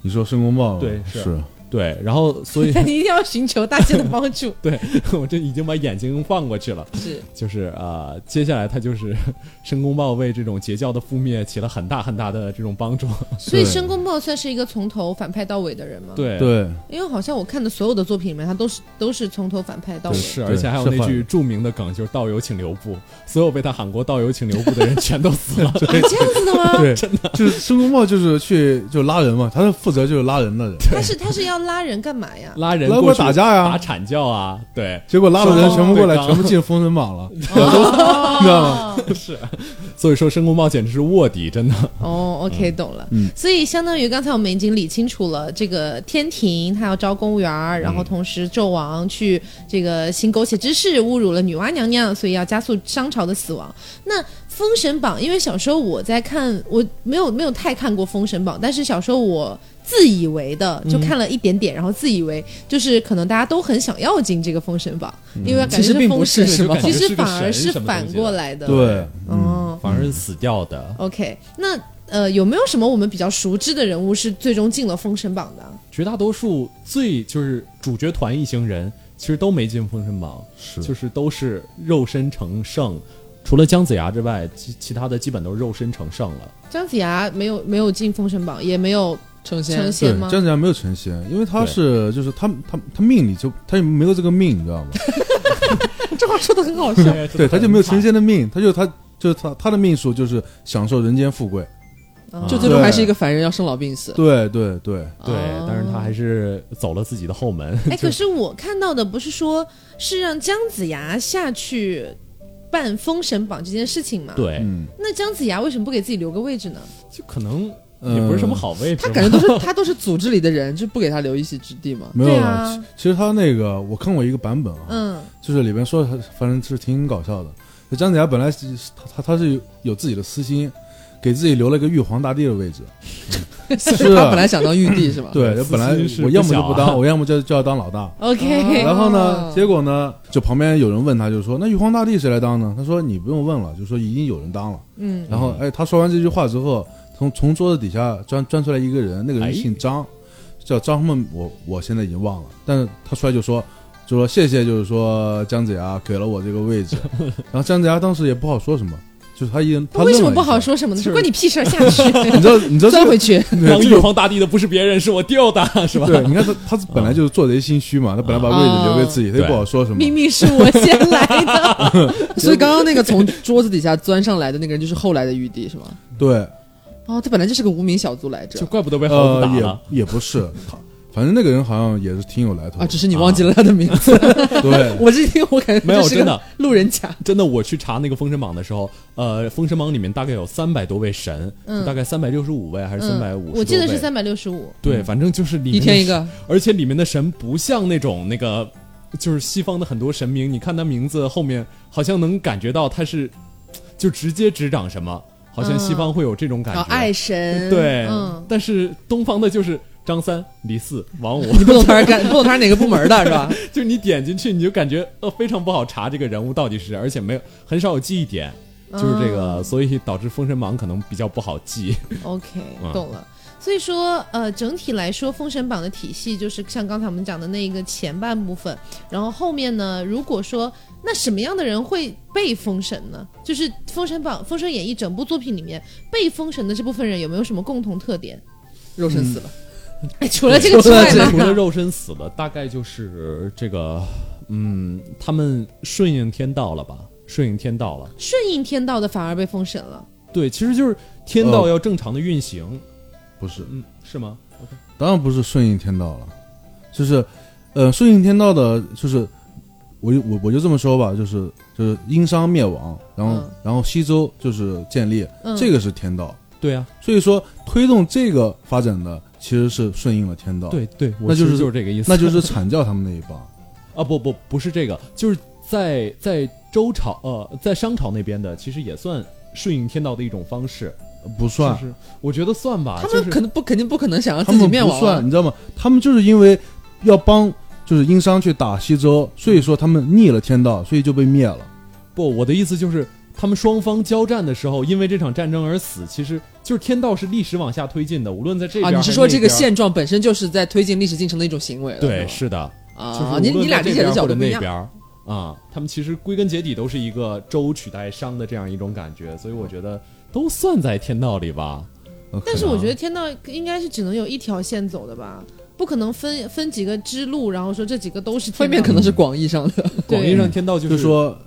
E: 你说申公豹吗
B: 对是
E: 是，
B: 对，然后所 [LAUGHS] 以
C: 但 [LAUGHS] 你一定要寻求大家的帮
B: [LAUGHS]
C: 助。
B: 对我这已经把眼睛放过去了，
C: 是，
B: 就是啊、呃接下来他就是 [LAUGHS] 申公豹为这种截教的覆灭起了很大很大的这种帮助，
C: 所以申公豹算是一个从头反派到尾的人吗？，
B: 对
E: 对
C: 因为好像我看的所有的作品里面，他都是都是从头反派到尾。
B: 是，
E: 对
B: 而且还有
E: 是
B: 那
E: 坏
B: 句
E: 人
B: 著名的梗，就是“道友请留步”，所有被他喊过“道友请留步”的人全都死
E: [LAUGHS]
B: 了。
C: 啊，这样子的吗？
E: 对， [LAUGHS] 就是申公豹就是去就拉人嘛，他是负责就是拉人的人，
C: 他是他是要拉人干嘛呀？
B: [LAUGHS] 拉人
E: 拉
B: 过
E: 过
B: 去
E: 打架
B: 打
E: 呀，
B: 阐教啊，对， [LAUGHS]
E: 结果拉的人
B: 哦
E: 全部过来，
B: 对刚
E: 全部进封神榜
B: [LAUGHS]
E: 了， [LAUGHS] 都知道吗？
C: 哦
B: 所以说申公豹简直是卧底，真的。
C: 哦，OK，懂了。所以相当于刚才我们已经理清楚了，这个天庭他要招公务员儿，然后同时纣王去这个行苟且之事，侮辱了女娲娘娘，所以要加速商朝的死亡。那《封神榜》，因为小时候我在看，我没有没有太看过《封神榜》，但是小时候我。自以为的就看了一点点，然后自以为就是可能大家都很想要进这个封神榜，因为感
D: 其
C: 觉
D: 实并不
C: 封神
D: 是是吧
C: 嗯其实
B: 感觉是个神
C: 反而是
B: 什么
C: 反
B: 东西
C: 过
B: 的
C: 来的。
E: 对，
C: 哦，
B: 反而是死掉的，
C: OK，那呃，有没有什么我们比较熟知的人物是最终进了封神榜的？啊
B: 绝大多数最就是主角团一行人其实都没进封神榜，
E: 是
B: 就是都是肉身成圣，除了姜子牙之外，其其他的基本都是肉身成圣了。
C: 姜子牙没有没有进封神榜，也没有
D: 成仙
C: 成
E: 对
C: 仙，吗？
E: 姜子牙没有成仙，因为他
B: 对
E: 是就是他他他命里就他也没有这个命，你知道
B: [LAUGHS]
E: 吗？
D: 这话说的很好
B: 嗯
D: 笑。
E: 对，他就没有成仙的命，他就他就是他他的命数就是享受人间富贵。
C: 啊
D: 就
B: 啊
D: 最终还是一个凡人，要生老病死。
E: 对对对，
B: 对，但是他还是走了自己的后门。
C: 哎，可是我看到的不是说是让姜子牙下去办封神榜这件事情吗？。
B: 对，
E: 嗯，
C: 那姜子牙为什么不给自己留个位置呢？
B: 就可能
E: 呃
B: 也不是什么好位置
D: 他
B: 吧。
D: 感觉都是他都是组织里的人，就不给他留一席之地嘛。
E: 没有
C: 对
E: 了。
C: 啊
E: 其其实他那个我看过一个版本啊，
C: 嗯，
E: 就是里边说他反正是挺搞笑的。就姜子牙本来是他他他是有自己的私心，给自己留了一个玉皇大帝的位置。
B: 啊
E: 是
D: 他本来想当玉帝是吧？
E: 对，就
B: 私
E: 本来
B: 心是
E: 我
B: 不
E: 要么就
B: 小
E: 不
B: 啊
E: 当，我要么就就要当老大。
C: [LAUGHS] OK，
E: 然后呢
D: 哦，
E: 结果呢，就旁边有人问他，就说那玉皇大帝谁来当呢？他说你不用问了，就说已经有人当了。
C: 嗯，
E: 然后哎，他说完这句话之后，从从桌子底下钻钻出来一个人，那个
B: 哎
E: 人姓张，叫张什么？我我现在已经忘了。但是他出来就说。就说谢谢，就是说姜子牙给了我这个
C: [LAUGHS]
E: 位置，然后姜子牙当时也不好说什么，就是他一人他
C: 为什
E: 愣
C: 么
E: 了一
C: 不好
E: 下？
C: 说什么呢？
B: 是
C: 关你屁事儿，下去 [LAUGHS]
E: 你知道你知道这
D: 钻
E: 个
D: 回去，
B: 当
E: 对这
B: 玉
E: 个
B: 皇大帝的不是别人，是我吊打，是吧？
E: 对，你看他他是本来就是做贼心虚嘛，他本来把位置留给
C: 哦
E: 自己，他也不好说什么。
C: 明明是我先来的。
D: 所以刚刚那个从桌子底下钻上来的那个人，就是后来的玉帝是吗？
E: 对，
D: 哦，他本来就是个无名小卒来
B: [LAUGHS] 就
D: 着
B: 怪不得被猴子
E: 呃
B: 打，了。
E: 也也不是，他反正那个人好像也是挺有来头
D: 啊，
E: 的。
D: 只是你忘记了他的名字。
B: [LAUGHS]
E: 对，
D: 我这一听，我感觉
B: 没有
D: 这是
B: 真的
D: 个路人甲。
B: 真的，我去查那个《封神榜》的时候，呃，《封神榜》里面大概有三百多位神，
C: 嗯
B: 大概三百六十五位还是三百五
C: 嗯，我记得是三百嗯六十五。
B: 对，反正就是里面
D: 一天一个，
B: 而且里面的神不像那种那个，就是西方的很多神明，你看他名字后面好像能感觉到他是就直接执掌什么，好像西方会有这种感
C: 然
B: 觉。
C: 后嗯哦爱神，
B: 对，
C: 嗯，
B: 但是东方的就是张三、李四、王五，
D: 你不懂他是干，不懂他是哪个部门的是吧？
B: 就你点进去你就感觉呃非常不好查这个人物到底是谁，而且没有很少有记忆点。就是这个，所以导致《封神榜》可能比较不好记。
C: OK，
B: 嗯
C: 懂了。所以说，呃，整体来说，《封神榜》的体系就是像刚才我们讲的那一个前半部分，然后后面呢，如果说那什么样的人会被封神呢？就是《封神榜》《封神演义》整部作品里面被封神的这部分人有没有什么共同特点？
D: 肉身死了。
B: 嗯
C: 哎除了这个之
D: 除了
C: 外
D: 这
C: 呢？
B: 除了肉身死了，大概就是这个，嗯，他们顺应天道了吧？顺应天道了，
C: 顺应天道的反而被封神了。
B: 对，其实就是天
E: 哦
B: 道要正常的运行，
E: 不是，
B: 嗯，是吗？
E: 当然不是顺应天道了，就是，呃，顺应天道的，就是我就我我就这么说吧，就是就是殷商灭亡，然后、
C: 嗯
E: 然后西周就是建立，
C: 嗯
E: 这个是天道，
B: 对啊，
E: 所以说推动这个发展的其实是顺应了天道，，
B: 对对，我
E: 哦那就
B: 其
E: 是
B: 实就是这个意思。
E: 那就是阐教他们那一帮，
B: 啊，不不不是这个，就是在在周朝呃，在商朝那边的，其实也算顺应天道的一种方式，
E: 呃不算，
B: 是不是？我觉得算吧，
D: 他
B: 就
D: 们
B: 是
D: 可能不肯定不可能想让
E: 他
D: 自己
E: 们
D: 灭
E: 不
D: 亡
E: 算，
D: 啊，
E: 你知道吗？他们就是因为要帮就是殷商去打西周，所以说他们逆了天道，所以就被灭了。
B: 不，我的意思就是，他们双方交战的时候，因为这场战争而死，其实就是天道是历史往下推进的，无论在这
D: 啊！
B: 边、
D: 你是说这个
B: 线？
D: 现状本身就是在推进历史进程的一种行为了？
B: 对，
D: 吧
B: 是的，就是
D: 啊，
B: 无
D: 你
B: 论
D: 你俩
B: 在这
D: 理解的
B: 边
D: 角
B: 或
D: 度
B: 者
D: 不一
B: 那
D: 样
B: 边。儿啊、他们其实归根结底都是一个周取代商的这样一种感觉，所以我觉得都算在天道里吧。
E: 呃
C: 但是我觉得天道应该是只能有一条线走的吧，不可能分分几个支路，然后说这几个都是天道
D: 封面可能是广义上的，
B: 广义上，天道就是
E: 就说，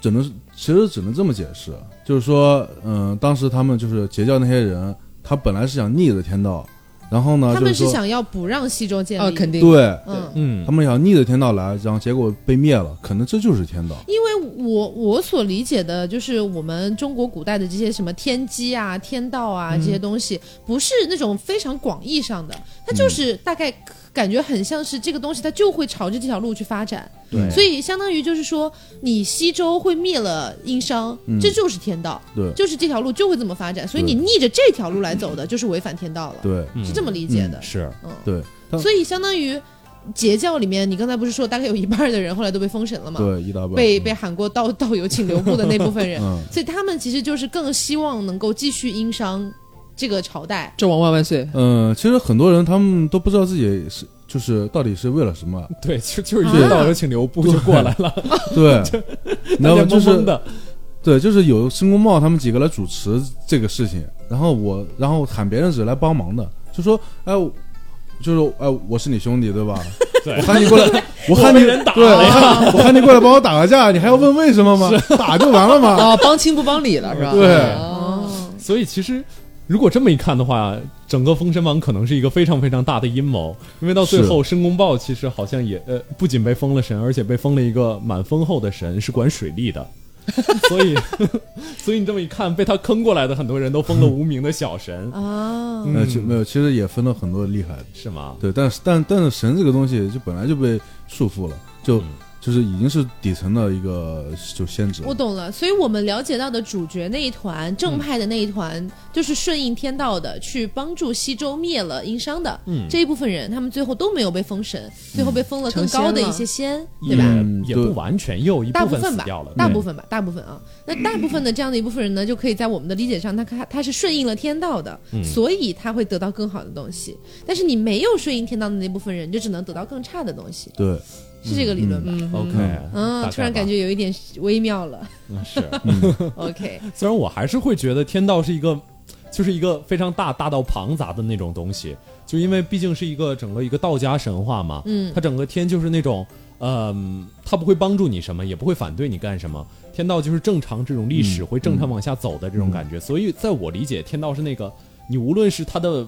E: 只能其实只能这么解释，就是说，嗯，当时他们就是截教那些人，他本来是想逆着天道，然后呢，
C: 他
E: 啊就
C: 们是
E: 说，
C: 想要不让西周建立，
D: 啊，肯定。
E: 对，
C: 嗯。
B: 嗯
E: 他，们想逆着天道来，然后结果被灭了，可能这就是天道。
C: 因为我我所理解的就是我们中国古代的这些什么天机啊、天道啊
E: 嗯
C: 这些东西，不是那种非常广义上的，
E: 嗯
C: 它就是大概感觉很像是这个东西，它就会朝着这条路去发展。
B: 对
C: 所以相当于就是说，你西周会灭了殷商，
E: 嗯
C: 这就是天道，
E: 对
C: 就是这条路就会这么发展。所以你
E: 对
C: 逆着这条路来走的，就是违反天道了，
E: 对
B: 嗯
C: 是这么理解的。
B: 是
C: 嗯，
E: 对他
C: 所以相当于截教里面，你刚才不是说大概有一半的人后来都被封神了吗？
E: 对，一大半
C: 被被喊过 [LAUGHS] 道道友请留步的那部分人，
E: [LAUGHS] 嗯
C: 所以他们其实就是更希望能够继续殷商这个朝代。
D: 纣王万万岁！
E: 啊嗯，其实很多人他们都不知道自己是就是到底是为了什么？
B: [LAUGHS] 对，就就是
C: 啊
B: 一到有请留步就过来了， [LAUGHS]
E: 对，然后
B: 大家
E: 就
B: 懵懵
E: 是
B: 的，
E: 对，就是有申公豹他们几个来主持这个事情，然后我，然后喊别人只是来帮忙的，就说，哎，我就是哎，我是你兄弟对吧？
B: [LAUGHS] 对
E: 我喊你过来，
B: [LAUGHS]
E: 我喊你
B: 被人打
E: 对，我喊我喊你过来帮我打个架，你还要问为什
B: [LAUGHS]
E: 么吗？打就完了嘛。
D: 哦，帮亲不帮理了是吧？
E: 对
D: 哦，
B: 所以其实。如果这么一看的话，整个《封神榜》可能是一个非常非常大的阴谋，因为到最
E: 是
B: 后，申公豹其实好像也呃，不仅被封了神，而且被封了一个满封后的神，是管水利的， [LAUGHS] 所以， [LAUGHS] 所以你这么一看，被他坑过来的很多人都封了无名的小神，
C: 啊，
B: 嗯
E: 呃，其没有，其实也分了很多厉害的，
B: 是吗？
E: 对，但是但但是神这个东西就本来就被束缚了，
B: 嗯
E: 就就是已经是底层的一个就先知了
C: 我。懂了，所以我们了解到的主角那一团，正派的那一团，就是顺应天道的，去帮助西周灭了殷商的、
B: 嗯
C: 这一部分人，他们最后都没有被封神，最后被封了
D: 成
C: 更高的
D: 仙了
C: 一些仙，
B: 也
C: 对吧？
E: 嗯
B: 也
E: 对
B: 不完全，也有一
C: 大部
B: 分
C: 分
B: 死
C: 吧
B: 掉了，，
C: 大
B: 对
C: 部分吧，大部分啊。那大部分的这样的一部分人呢，就可以在我们的理解上，他他他是顺应了天道的，
B: 嗯
C: 所以他会得到更好的东西。但是你没有顺应天道的那部分人，就只能得到更差的东西，
E: 对，
C: 是这个理论吧？
B: OK，
C: 嗯，
B: 大概
C: 突然
B: 吧
C: 感觉有一点微妙了。
B: 嗯是。 [LAUGHS]
C: OK，
B: 虽然我还是会觉得天道是一个，就是一个非常大大到庞杂的那种东西，就因为毕竟是一个整个一个道家神话嘛，
C: 嗯
B: 它整个天就是那种，嗯、它不会帮助你什么，也不会反对你干什么，天道就是正常这种历
E: 嗯
B: 史会正常往下走的这种感觉，所以在我理解，天道是那个你无论是它的。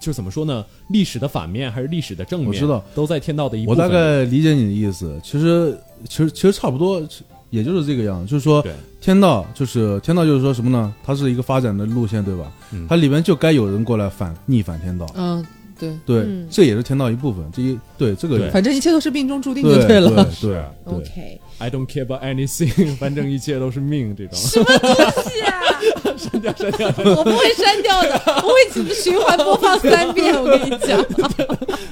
B: 就怎么说呢？历史的反面还是历史的正面，
E: 我知道
B: 都在天道的一部
E: 我
B: 分
E: 大
B: 里。
E: 概理解你的意思，其实其实其实差不多，也就是这个样子。就是说
B: 对，
E: 天道就是天道，就是说什么呢？它是一个发展的路线，对吧？
B: 嗯
E: 它里面就该有人过来反逆反天道，
D: 嗯，对，
E: 对，
C: 嗯
E: 这也是天道一部分。这一对这个
B: 对啊
D: 反正一切都是命中注定就
E: 对
D: 了。 [LAUGHS]
E: 对对对
C: OK， [LAUGHS]
B: I don't care about anything，反正一切都是命这种。 [LAUGHS]
C: 是啊，我不会删掉的，我会循环播放三遍。我
E: [LAUGHS]
C: 跟你讲，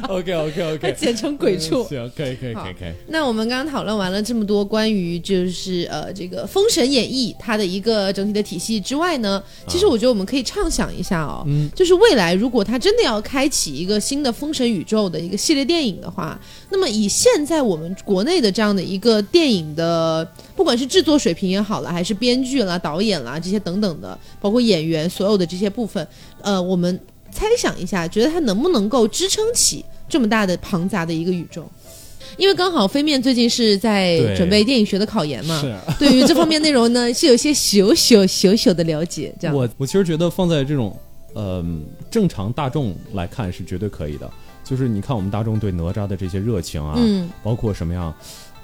B: OK OK
C: 还
D: [LAUGHS]
B: OK，
C: 剪成鬼畜。
B: 行，可以可以可以可以。
C: 那我们刚刚讨论完了这么多关于就是呃这个《封神演义》它的一个整体的体系之外呢，其实我觉得我们可以畅想一下哦，
B: 嗯
C: 就是未来如果它真的要开启一个新的封神宇宙的一个系列电影的话，那么以现在我们国内的这样的一个电影的，不管是制作水平也好了，还是编剧啦、导演啦这些等等的，包括演员所有的这些部分，呃，我们猜想一下，觉得它能不能够支撑起这么大的庞杂的一个宇宙？因为刚好飞面最近是在
B: 对
C: 准备电影学的考研嘛，
B: 是
C: 对于这方面内容呢，是有一些小小小小的了解，这样。
B: 我我其实觉得放在这种嗯、正常大众来看是绝对可以的，就是你看我们大众对哪吒的这些热情啊，
C: 嗯
B: 包括什么样，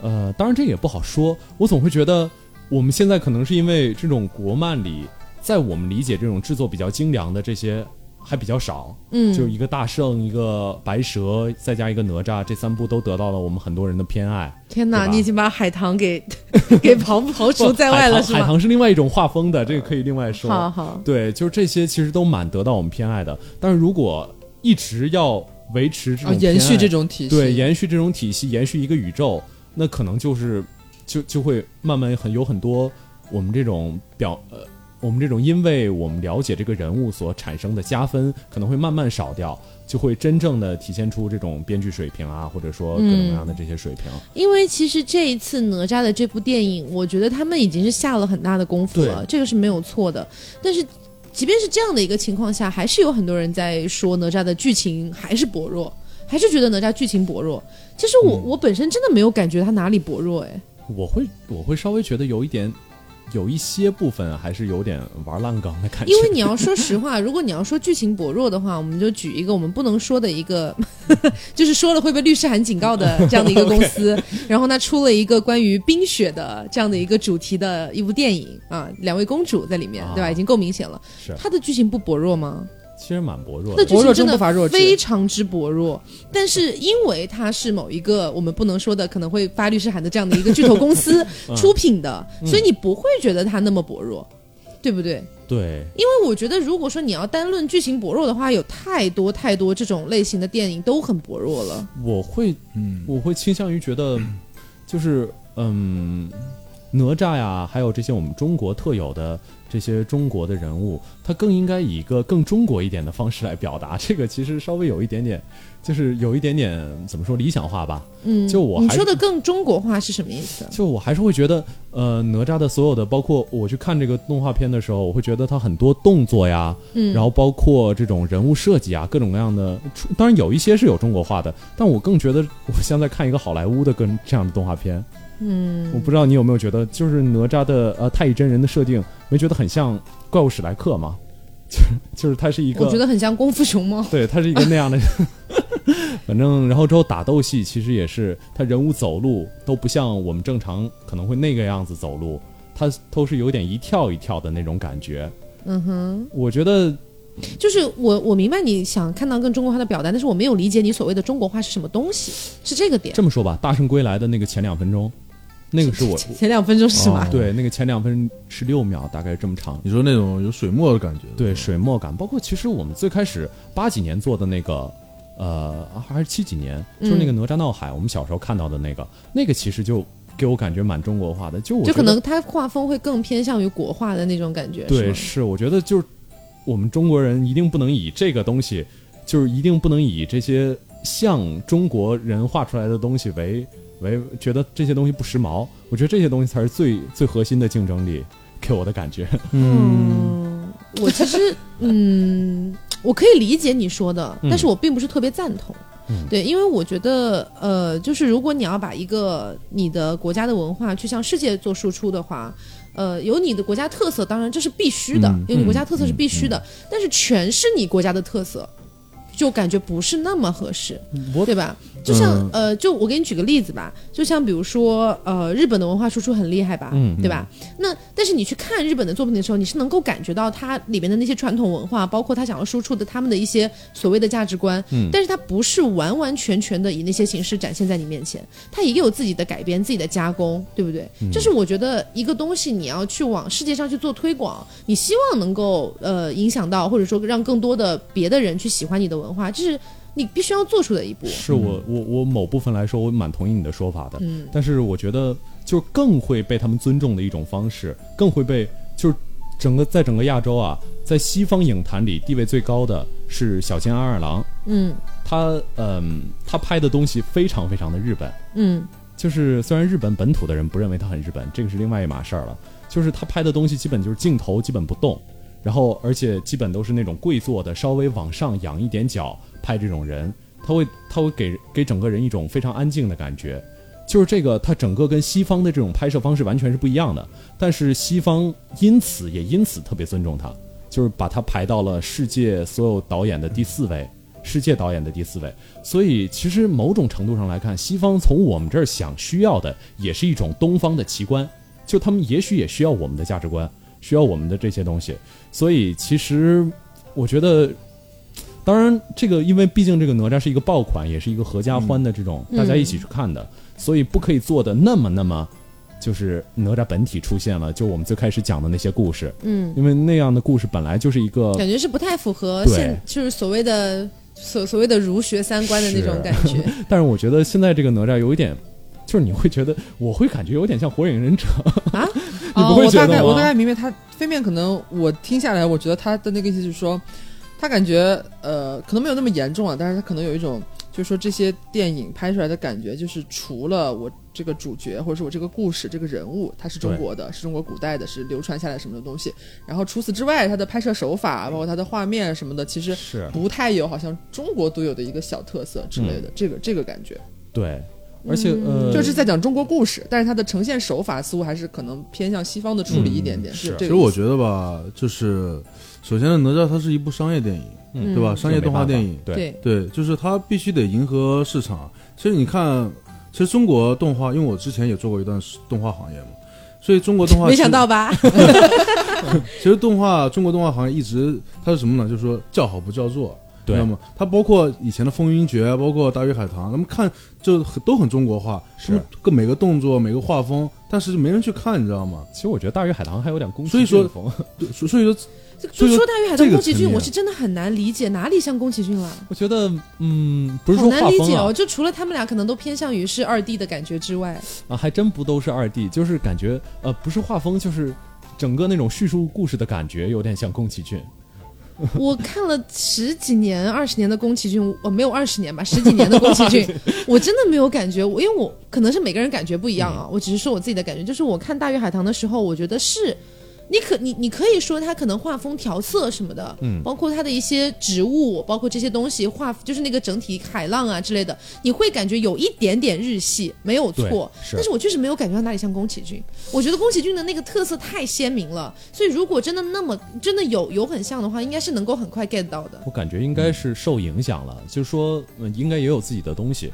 B: 呃，当然这也不好说，我总会觉得我们现在可能是因为这种国漫里，在我们理解这种制作比较精良的这些。还比较少，
C: 嗯
B: 就一个大圣，一个白蛇，再加一个哪吒，这三部都得到了我们很多人的偏爱。
C: 天哪，
B: 对吧
C: 你已经把海
B: [LAUGHS]
C: 棠给给刨刨除在外了，
B: 海
C: 是
B: 棠海
C: 吗？
B: 棠是另外一种画风的，这个可以另外说。
C: 好好，
B: 对，就是这些其实都蛮得到我们偏爱的。但是如果一直要维持这
D: 啊
B: 种，偏爱、
D: 延续这种体系，
B: 对延续这种体系，延续一个宇宙，那可能就是就就会慢慢很有很多我们这种表呃。我们这种因为我们了解这个人物所产生的加分，可能会慢慢少掉，就会真正的体现出这种编剧水平啊，或者说各种各
D: 嗯
B: 样的这些水平。
C: 因为其实这一次哪吒的这部电影，我觉得他们已经是下了很大的功夫了，这个是没有错的。但是，即便是这样的一个情况下，还是有很多人在说哪吒的剧情还是薄弱，还是觉得哪吒剧情薄弱。其实
B: 嗯
C: 我、我本身真的没有感觉他哪里薄弱，哎，
B: 我会我会稍微觉得有一点，有一些部分还是有点玩烂梗的感觉。
C: 因为你要说实话，如果你要说剧情薄弱的话，我们就举一个我们不能说的一个， [LAUGHS] 就是说了会被律师函警告的这样的
B: [LAUGHS]
C: 一个公司。然后呢，出了一个关于冰雪的这样的一个主题的一部电影啊，两位公主在里面，
B: 啊
C: 对吧？已经够明显了。
B: 是
C: 它的剧情不薄弱吗？
B: 其实蛮薄弱的。
C: 那剧情真
D: 薄弱中不乏
C: 的
D: 弱智
C: 非常之薄弱。但是因为它是某一个我们不能说的可能会发律师函的这样的一个巨头
B: [LAUGHS]
C: 公司
B: 嗯
C: 出品的，所以你不会觉得它那么薄弱，对不对？
B: 对，
C: 因为我觉得，如果说你要单论剧情薄弱的话，有太多太多这种类型的电影都很薄弱了。
B: 我会
E: 嗯，
B: 我会倾向于觉得，就是嗯，哪吒呀，还有这些我们中国特有的这些中国的人物，他更应该以一个更中国一点的方式来表达。这个其实稍微有一点点，就是有一点点怎么说理想化吧。嗯，就我
C: 你
B: 还
C: 说的更中国化是什么意思？
B: 就我还是会觉得，呃，哪吒的所有的，包括我去看这个动画片的时候，我会觉得他很多动作呀，嗯，然后包括这种人物设计啊，各种各样的，出当然有一些是有中国化的，但我更觉得我像在看一个好莱坞的跟这样的动画片。嗯，我不知道你有没有觉得，就是哪吒的呃太乙真人的设定，没觉得很像怪物史莱克吗？ [LAUGHS] 就是就是他是一个，
C: 我觉得很像功夫熊猫。
B: 对，他是一个那样的。 [LAUGHS] 反正，然后之后打斗戏其实也是，他人物走路都不像我们正常可能会那个样子走路，他都是有点一跳一跳的那种感觉。嗯哼，我觉得
C: 就是我我明白你想看到更中国化的表达，但是我没有理解你所谓的中国化是什么东西，是这个点。
B: 这么说吧，《大圣归来》的那个前两分钟，那个是
C: [LAUGHS]
B: 我
C: 前两分钟是吗？
B: 对那个前两分十六秒，大概这么长。
E: 你说那种有水墨的感觉，
B: 对水墨感，包括其实我们最开始八几年做的那个，呃，啊还是七几年，就是
C: 嗯
B: 那个哪吒闹海，我们小时候看到的那个，那个其实就给我感觉蛮中国化的，就我
C: 就
B: 觉
C: 可
B: 得
C: 能它画风会更偏向于国画的那种感觉。
B: 对，
C: 是吗
B: 是我觉得就是我们中国人一定不能以这个东西，就是一定不能以这些像中国人画出来的东西为为觉得这些东西不时髦，我觉得这些东西才是最最核心的竞争力，给我的感觉。
C: 我其实嗯，我可以理解你说的，但是我并不是特别赞同。对，因为我觉得，呃，就是如果你要把一个你的国家的文化去向世界做输出的话，呃，有你的国家特色，当然这是必须的，有你国家特色是必须的，但是全是你国家的特色，就感觉不是那么合适，对吧？就像、呃，就我给你举个例子吧，就像比如说呃，日本的文化输出很厉害吧，对吧？那但是你去看日本的作品的时候，你是能够感觉到它里面的那些传统文化，包括他想要输出的他们的一些所谓的价值观，
B: 嗯
C: 但是它不是完完全全的以那些形式展现在你面前，它也有自己的改编、自己的加工，对不对？
B: 嗯
C: 这是我觉得一个东西你要去往世界上去做推广，你希望能够呃影响到，或者说让更多的别的人去喜欢你的文化，这是你必须要做出的一步。
B: 是我我我某部分来说，我蛮同意你的说法的。
C: 嗯
B: 但是我觉得就是更会被他们尊重的一种方式，更会被就是整个在整个亚洲啊，在西方影坛里地位最高的是小津安二郎。
C: 嗯
B: 他嗯，他拍的东西非常非常的日本。
C: 嗯
B: 就是虽然日本本土的人不认为他很日本，这个是另外一码事儿了。就是他拍的东西基本就是镜头基本不动，然后而且基本都是那种跪坐的，稍微往上仰一点脚拍这种人，他会他会给给整个人一种非常安静的感觉。就是这个，它整个跟西方的这种拍摄方式完全是不一样的，但是西方因此也因此特别尊重他，就是把他排到了世界所有导演的第四位，世界导演的第四位。所以其实某种程度上来看，西方从我们这儿想需要的也是一种东方的奇观，就他们也许也需要我们的价值观，需要我们的这些东西。所以其实我觉得。当然，这个因为毕竟这个哪吒是一个爆款，也是一个合家欢的这种、大家一起去看的，所以不可以做的那么那么，就是哪吒本体出现了，就我们最开始讲的那些故事，
C: 嗯，
B: 因为那样的故事本来就是一个
C: 感觉是不太符合
B: 哦对
C: 现就是所谓的所所谓的儒学三观的那种
B: 是
C: 感觉。
B: 但是我觉得现在这个哪吒有一点，就是你会觉得，我会感觉有点像火影忍者， [LAUGHS] 你不
C: 哦
B: 会
D: 啊我
B: 觉
D: 大
B: 得
D: 概我大
B: 吗
D: 概明白他飞面，可能我听下来，我觉得他的那个意思就是说，他感觉呃，可能没有那么严重啊，但是他可能有一种，就是说这些电影拍出来的感觉，就是除了我这个主角或者是我这个故事这个人物，他是中国的，是中国古代的，是流传下来什么的东西，然后除此之外，他的拍摄手法，包括他的画面什么的，其实
B: 是
D: 不太有好像中国独有的一个小特色之
B: 嗯
D: 类的，这个这个感觉。
B: 对，而且、
C: 嗯
B: 呃，
D: 嗯就是在讲中国故事，但是它的呈现手法似乎还是可能偏向西方的处理一
C: 嗯
D: 点点。
B: 是
D: 这
E: 其
D: 个
E: 实
D: 意
E: 我
D: 思
E: 觉得吧，就是首先呢，哪吒它是一部商业电影，
B: 嗯
E: 对吧？商业动画电影，
B: 对
C: 对，
E: 对，就是它必须得迎合市场。其实你看，其实中国动画，因为我之前也做过一段时动画行业嘛，所以中国动画
C: 没想到吧？
E: 其实动画中国动画行业一直它是什么呢？就是说叫好不叫座，
B: 对
E: 知道吗？它包括以前的《风云决》，包括《大鱼海棠》，那么看就很都很中国化，
B: 是
E: 各每个动作每个画风，但是没人去看，你知道吗？
B: 其实我觉得《大鱼海棠》还有点宫
E: 所
B: [LAUGHS]
E: 以
B: 崎
E: 说
B: 骏风，
E: 对，所所以说
C: 这个
E: [LAUGHS] 所以说
C: 说他与海盗
E: 这个啊
C: 宫崎
E: 层
C: 骏，
E: 面
C: 我是真的很难理解哪里像宫崎骏了，
B: 我觉得，嗯，不是
C: 好
B: 说
C: 难
B: 画
C: 理
B: 风
C: 解哦。
B: 啊，
C: 就除了他们俩可能都偏向于是二 D 的感觉之外，
B: 啊，还真不都是二 D，就是感觉，呃，不是画风，就是整个那种叙述故事的感觉，有点像宫崎骏。
C: [LAUGHS] 我看了十几年、二十年的宫崎骏，我没有二十年吧，十几年的宫崎
B: [LAUGHS]
C: 骏，我真的没有感觉。我因为我可能是每个人感觉不一样啊，
B: 嗯
C: 我只是说我自己的感觉，就是我看《大鱼海棠》的时候，我觉得是。你可你你可以说它可能画风调色什么的，嗯，包括它的一些植物，包括这些东西画，就是那个整体海浪啊之类的，你会感觉有一点点日系，没有
B: 对
C: 错。
B: 是
C: 但是我确实没有感觉到哪里像宫崎骏。我觉得宫崎骏的那个特色太鲜明了，所以如果真的那么真的有有很像的话，应该是能够很快 get 到的。
B: 我感觉应该是受影响了，就是说，嗯，应该也有自己的东西。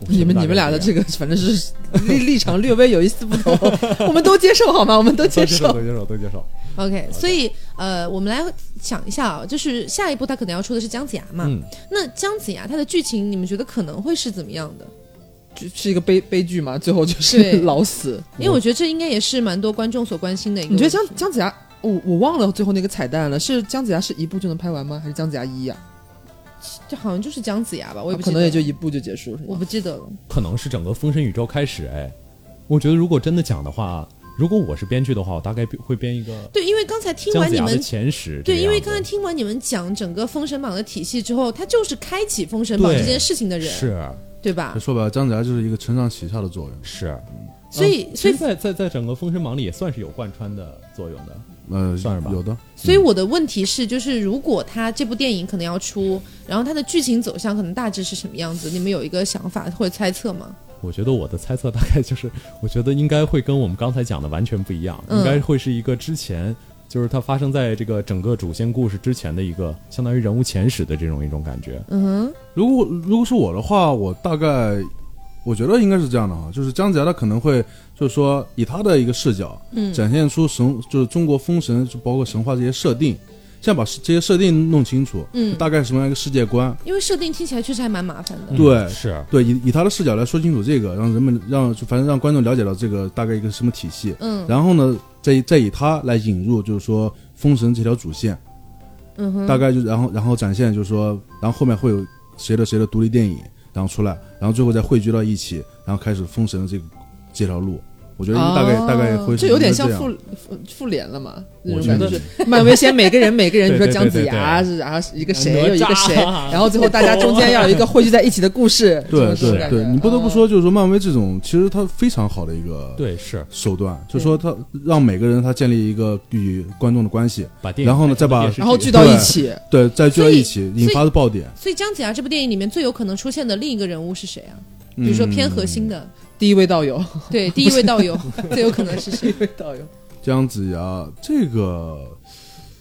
B: 我
D: 你们
B: 大概
D: 你们俩的
B: 这
D: 这
B: 样
D: 个反正是立立场略微有一丝不同，我们都接受好吗？
C: [LAUGHS]
D: 我们都接受。
B: 都接受，都接受。
C: OK，所以呃，我们来想一下啊，就是下一步他可能要出的是姜子牙嘛。
B: 嗯
C: 那姜子牙他的剧情，你们觉得可能会是怎么样的？
D: 就是一个悲悲剧嘛，最后就
C: 对
D: 是老死。
C: 因为我觉得这应该也是蛮多观众所关心的一个
D: 你
C: 问
D: 觉
C: 题。
D: 得姜姜子牙，我我忘了最后那个彩蛋了，是姜子牙是一部就能拍完吗？还是姜子牙一呀、
C: 这好像就是姜子牙吧？我也不记
D: 可
C: 得
D: 能也就一部就结束，是
C: 我
D: 吗？
C: 不记得了。
B: 可能是整个封神宇宙开始。哎，我觉得如果真的讲的话，如果我是编剧的话，我大概会编一个
C: 对，因为刚才听
B: 姜
C: 完
B: 子
C: 你
B: 牙的
C: 们
B: 前十这
C: 对，
B: 个样子。
C: 因为刚才听完你们讲整个《封神榜》的体系之后，他就是开启《封神榜》
B: 对
C: 这件事情的人，
B: 是
C: 对
B: 哎
C: 吧？
E: 说白了，姜子牙就是一个承上启下的作用。
B: 是，
C: 所以，
B: 嗯
C: 所
B: 其
C: 以
B: 实，在在在整个封神榜里也算是有贯穿的作用的。
E: 呃，
B: 算是吧
E: 有的。
C: 所以我的问题是，就是如果他这部电影可能要出，然后它的剧情走向可能大致是什么样子？你们有一个想法或者猜测吗？
B: 我觉得我的猜测大概就是，我觉得应该会跟我们刚才讲的完全不一样，
C: 嗯
B: 应该会是一个之前，就是它发生在这个整个主线故事之前的一个，相当于人物前史的这种一种感觉。
C: 嗯哼，
E: 如果如果是我的话，我大概我觉得应该是这样的哈，就是姜子牙他可能会就是说以他的一个视角，嗯，展现出神就是中国封神，就包括神话这些设定，先把这些设定弄清楚，
C: 嗯
E: 大概是什么样一个世界观，
C: 因为设定听起来确实还蛮麻烦
B: 嗯
C: 的。
E: 对
B: 是，
E: 对，以以他的视角来说清楚这个，让人们让就反正让观众了解到这个大概一个什么体系，
C: 嗯
E: 然后呢，再再以他来引入就是说封神这条主线，
C: 嗯哼，
E: 大概就然后然后展现就是说，然后后面会有谁的谁的独立电影，然后出来，然后最后再汇聚到一起，然后开始封神的这个这条路。我觉得大概、
D: 哦
E: 大概会是
D: 这有点
E: 应该
D: 像
E: 这样
D: 复复复联了嘛，那
B: 我
D: 种
B: 觉
D: 感
B: 得
D: 觉。漫威先每个人每
E: [LAUGHS]
D: 个人，比如说
B: 对对
D: 姜
B: 对
D: 子
B: 对对
D: 牙，是然后一个谁
B: 哪吒
D: 又一个谁，
C: 啊
D: 然后最后大家中间要有一个汇聚在一起的故事。
E: [LAUGHS] 对
D: 这种
E: 对
D: 感觉哦
E: 对，你不得不，说，就是说漫威这种其实它非常好的一个
B: 对是，
E: 手段，就是说它让每个人他建立一个与观众的关系，
B: 把电影
E: 然后呢再把
B: 拍成
D: 然后聚
B: 电
D: 到
B: 视剧
D: 一起，
E: 对，再聚到
C: 所以
E: 一起引发的爆点。
C: 所以姜子牙这部电影里面最有可能出现的另一个人物是谁啊？
B: 嗯
C: 比如说偏核心
B: [LAUGHS]
C: 的，
D: 第一位道
E: [LAUGHS]
D: 友，
C: 对，第一位道友最有可能是谁？
D: 一位道友，
E: 姜子牙这个，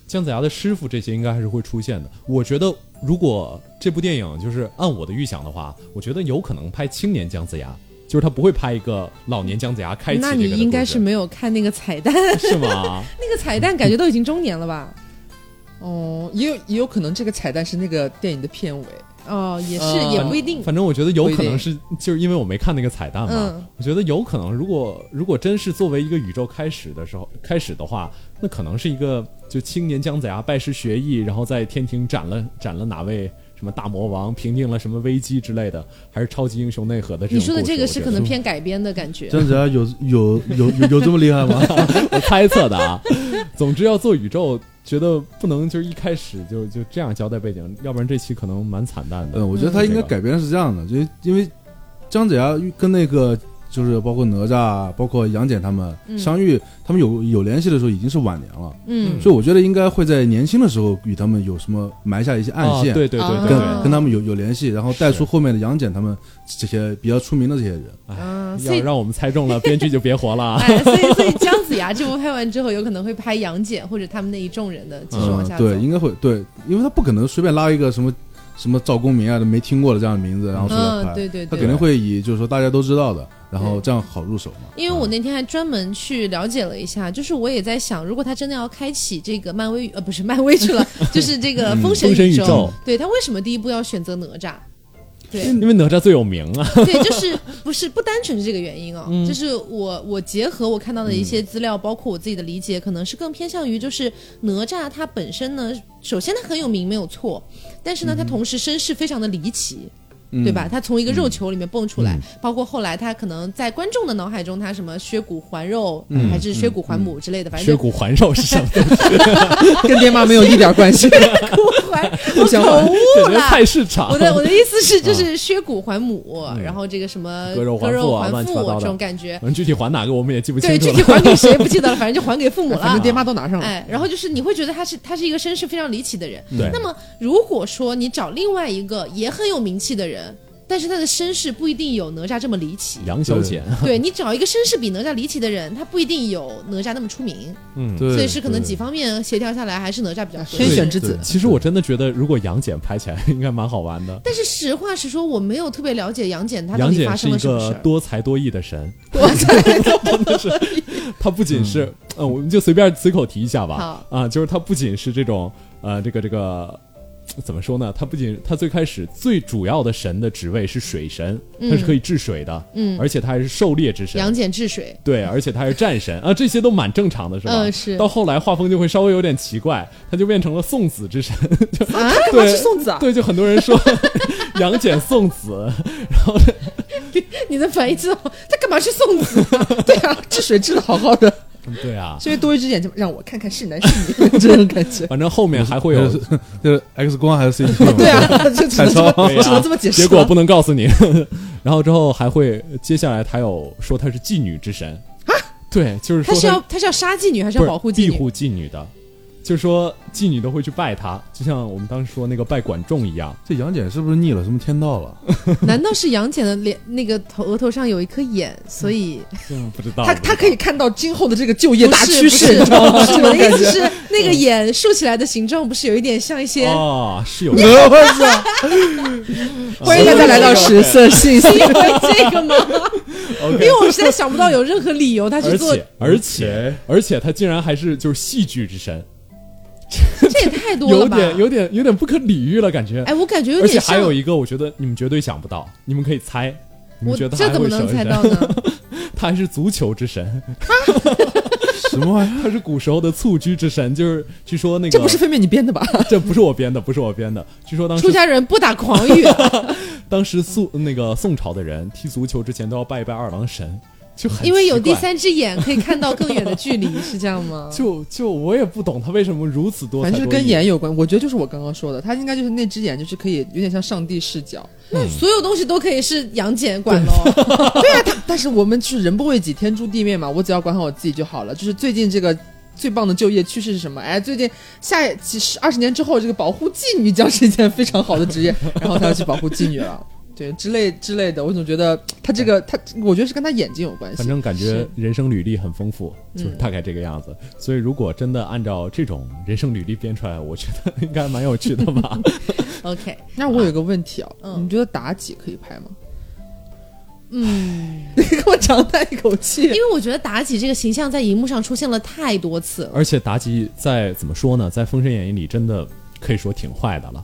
B: 姜子牙的师傅这些应该还是会出现的。我觉得如果这部电影就是按我的预想的话，我觉得有可能拍青年姜子牙。就是他不会拍一个老年姜子牙开启这
C: 那
B: 个
C: 你
B: 的
C: 应该
B: 故事
C: 是没有看那个彩蛋，
B: [LAUGHS]
C: [LAUGHS]
B: 是吗？
C: 那个彩蛋感觉都已经中年了吧？
D: 哦，也有也有可能这个彩蛋是那个电影的片尾，
C: 哦，也是，
D: 嗯
C: 也不一定。
B: 呃反正我觉得有
D: 不一
B: 可能
D: 定
B: 是，就是因为我没看那个彩蛋嘛，
C: 嗯
B: 我觉得有可能，如果如果真是作为一个宇宙开始的时候开始的话，那可能是一个就青年姜子牙拜师学艺，然后在天庭斩了斩了哪位什么大魔王，平定了什么危机之类的，还是超级英雄内核的这种
C: 你说的
B: 故事
C: 这个是
B: 我
C: 可
B: 觉得
C: 能偏改编的感觉。
E: 姜子牙有有有有有这么厉
B: [LAUGHS]
E: 害吗？
B: 我猜测的啊。总之要做宇宙，觉得不能就是一开始就就这样交代背景，要不然这期可能蛮惨淡的。
E: 嗯，我觉得他应该改编是
B: 嗯
E: 这样的，就因为姜子牙跟那个就是包括哪吒啊，包括杨戬他们相遇，他们有有联系的时候已经是晚年了，
C: 嗯，
E: 所以我觉得应该会在年轻的时候与他们有什么埋下一些暗
B: 啊，
E: 线，
B: 对对对对对，
E: 跟跟他们有有联系，然后带出后面的杨戬他们这些比较出名的这些人。
C: 嗯，所
B: 要
C: 以
B: 让我们猜中了，编剧就别活了啊。
C: 哎，所以所以姜子牙这部拍完之后，有可能会拍杨戬或者他们那一众人的继续往
E: 嗯
C: 下，走。
E: 对，应该会对，因为他不可能随便拉一个什么什么赵公明啊没听过的这样的名字，然后出来
C: 嗯，
E: 拍，
C: 对对
E: 他
C: 对
E: 肯。定会以就是说大家都知道的，然后
C: 对
E: 这样好入手嘛。
C: 因为我那天还专门去了解了一下，就是我也在想，如果他真的要开启这个漫威宇呃不是
E: [LAUGHS] 嗯
C: 漫威去了，就是这个封神
B: 封神宇
C: 宙
B: 宙，
C: 对他为什么第一部要选择哪吒？对
B: 因为哪吒最有名啊。
C: [LAUGHS] 对，就是不是不单纯是这个原因哦，
B: 嗯
C: 就是我我结合我看到的一些资料，包括我自己的理解，可能是更偏向于就是哪吒他本身呢，首先他很有名没有错，但是呢，
B: 嗯
C: 他同时身世非常的离奇。对吧？他从一个肉球里面蹦出
B: 嗯
C: 来，包括后来他可能在观众的脑海中，他什么削骨还肉，
B: 嗯
C: 还是削骨还母之类的，反正
B: 削骨还肉是什
C: [LAUGHS]
B: 么？
D: 跟爹妈没有一点关系。
C: 就骨还，
B: [LAUGHS]
C: 我
D: 互相还
C: 口误
B: 感觉
C: 了，
B: 菜市场。 [LAUGHS]
C: 我的我的意思是，就是削骨还母，然后这个什么
B: 嗯割肉还父啊
C: 还
B: 乱七八
C: 父
B: 糟的
C: 这种感觉。
B: 嗯具体还哪个我们也记不清
C: 对，
B: 楚
C: 具
B: 了。
C: 体
B: [LAUGHS]
C: 还给 [LAUGHS] 谁不记得了，反正就还给父母
D: 哎反
C: 了
D: 正。爹妈都拿
B: 嗯
D: 上了，
C: 哎，然后就是你会觉得他是他是一个身世非常离奇的人。
B: 对
C: 那么如果说你找另外一个也很有名气的人，但是他的身世不一定有哪吒这么离奇。
B: 杨小姐，
C: 对你找一个身世比哪吒离奇的人，他不一定有哪吒那么出名，
B: 嗯，
E: 对，
C: 所以是可能
E: 对
C: 几方面协调下来，还是哪吒比较合
D: 天
C: 适。
D: 选之子。
B: 其实我真的觉得，如果杨戬拍起来，应该蛮好玩的。
C: 但是实话实说，我没有特别了解杨戬他到
B: 杨
C: 底发
B: 戬是
C: 生
B: 一
C: 了什么
B: 个
C: 事儿。
B: 多才多艺的神，
C: [LAUGHS] 我才
B: [LAUGHS] 他不仅是，呃，我们就随便随口提一下吧
C: 好，
B: 啊，就是他不仅是这种，呃，这个这个。怎么说呢？他不仅他最开始最主要的神的职位是水神，他是可以治水的，
C: 嗯
B: 而且他还是狩猎之神，
C: 杨戬治水，
B: 对，而且他还是战神啊，这些都蛮正常的，是吧？
C: 嗯是
B: 到后来画风就会稍微有点奇怪，他就变成了送子之神，就
C: 啊 [LAUGHS]
D: 干嘛
B: 对
D: 去送子啊
B: [LAUGHS] 对，就很多人说杨戬送子， [LAUGHS]
C: 你的反应知道他干嘛去送子？
D: [LAUGHS] 对啊，治水治的好好的，
B: 对啊，
D: 是因为多一只眼睛让我看看是男是
C: [LAUGHS]
D: 女这种感觉。
B: 反正后面还会有
E: 就是就是 X 光还
C: [LAUGHS]
E: 是 CT 嘛？
D: 对啊， [LAUGHS] 这只能这么
B: 对啊
D: 只能这么解释
B: 结
D: 了。
B: 果不能告诉你。 [LAUGHS] 然后之后还会，接下来他有说他是妓女之神对，就是
C: 啊他
B: 说
C: 是要他是要杀妓女还是要
B: 不是
C: 保护妓
B: 庇
C: 女？
B: 护妓女的，就是说妓女都会去拜他，就像我们当时说那个拜管仲一样。
E: 这杨戬是不是腻了什么天道了？
C: 难道是杨戬的脸那个头额头上有一颗眼，所以
B: 嗯，不知道
D: 他
B: 不知
D: 他
B: 道
D: 可以看到今后的这个就业大趋
C: 不是
D: 势，你
C: 不
D: 知
B: [LAUGHS]
C: 是
D: 道
C: 不
D: 吗？
C: 是
D: 这
C: 我
D: 种
C: 的意
D: 感
C: 思
D: 觉。嗯
C: 是那个眼竖起来的形状，不是有一点像一些
B: 哦，是有
E: 我操！
D: 欢迎大家来到十色信息。
C: 因为 [LAUGHS] 这个吗？因为我实在想不到有任何理由他去
B: 而
C: 做，
B: 且而且而且他竟然还是就是戏剧之神，
C: 这也太多
B: 有
C: 了吧？
B: 点有点有点不可理喻了感觉。
C: 哎，我感觉
B: 而
C: 有
B: 且
C: 点
B: 还
C: 像
B: 有。一个，我觉得你们绝对想不到，你们可以猜，你们
C: 我
B: 觉
C: 这
B: 得他还
C: 怎么
B: 会什
C: 能
B: 么
C: 猜
B: 神？
C: 到
B: [LAUGHS]
C: 呢？
B: 他还是足球之神，
E: [LAUGHS] 什么玩意儿？
B: 他是古时候的蹴鞠之神，就是据说那个
D: 这不是分辨你编的吧？
B: 这不是我编的， [LAUGHS] 不是我编的。据说当
C: 出
B: 时
C: 家人不打诳语啊，
B: 当时宋那个宋朝的人踢足球之前都要拜一拜二郎神，就很
C: 因为有
B: 奇
C: 第
B: 怪。
C: 三只眼可以看到更远的距离，是这样吗？
B: 就就我也不懂他为什么如此多才多
D: 反正
B: 艺，
D: 就是跟眼有关，我觉得就是我刚刚说的，他应该就是那只眼，就是可以有点像上帝视角。
B: 嗯
C: 那所有东西都可以是杨戬管喽。
D: 对啊，他但是我们是人不为己，天诛地灭嘛，我只要管好我自己就好了。就是最近这个最棒的就业趋势是什么？哎，最近下几十二十年之后，这个保护妓女将是一件非常好的职业，然后他要去保护妓女了，对之类之类的。我总觉得他这个他，我觉得是跟他眼睛有关系。
B: 反正感觉人生履历很丰富，就
D: 嗯
B: 是大概这个样子。所以如果真的按照这种人生履历编出来，我觉得应该蛮有趣的
D: [LAUGHS]
B: 吧。
C: OK，
D: 那我有个问题啊，
C: 嗯
D: 你觉得妲己可以拍吗？
C: 嗯，
D: [LAUGHS] 你给我长叹一口气
C: 因。为我觉得妲己这个形象在荧幕上出现了太多次了。
B: 而且妲己在怎么说呢，在《封神演义》里真的可以说挺坏的了。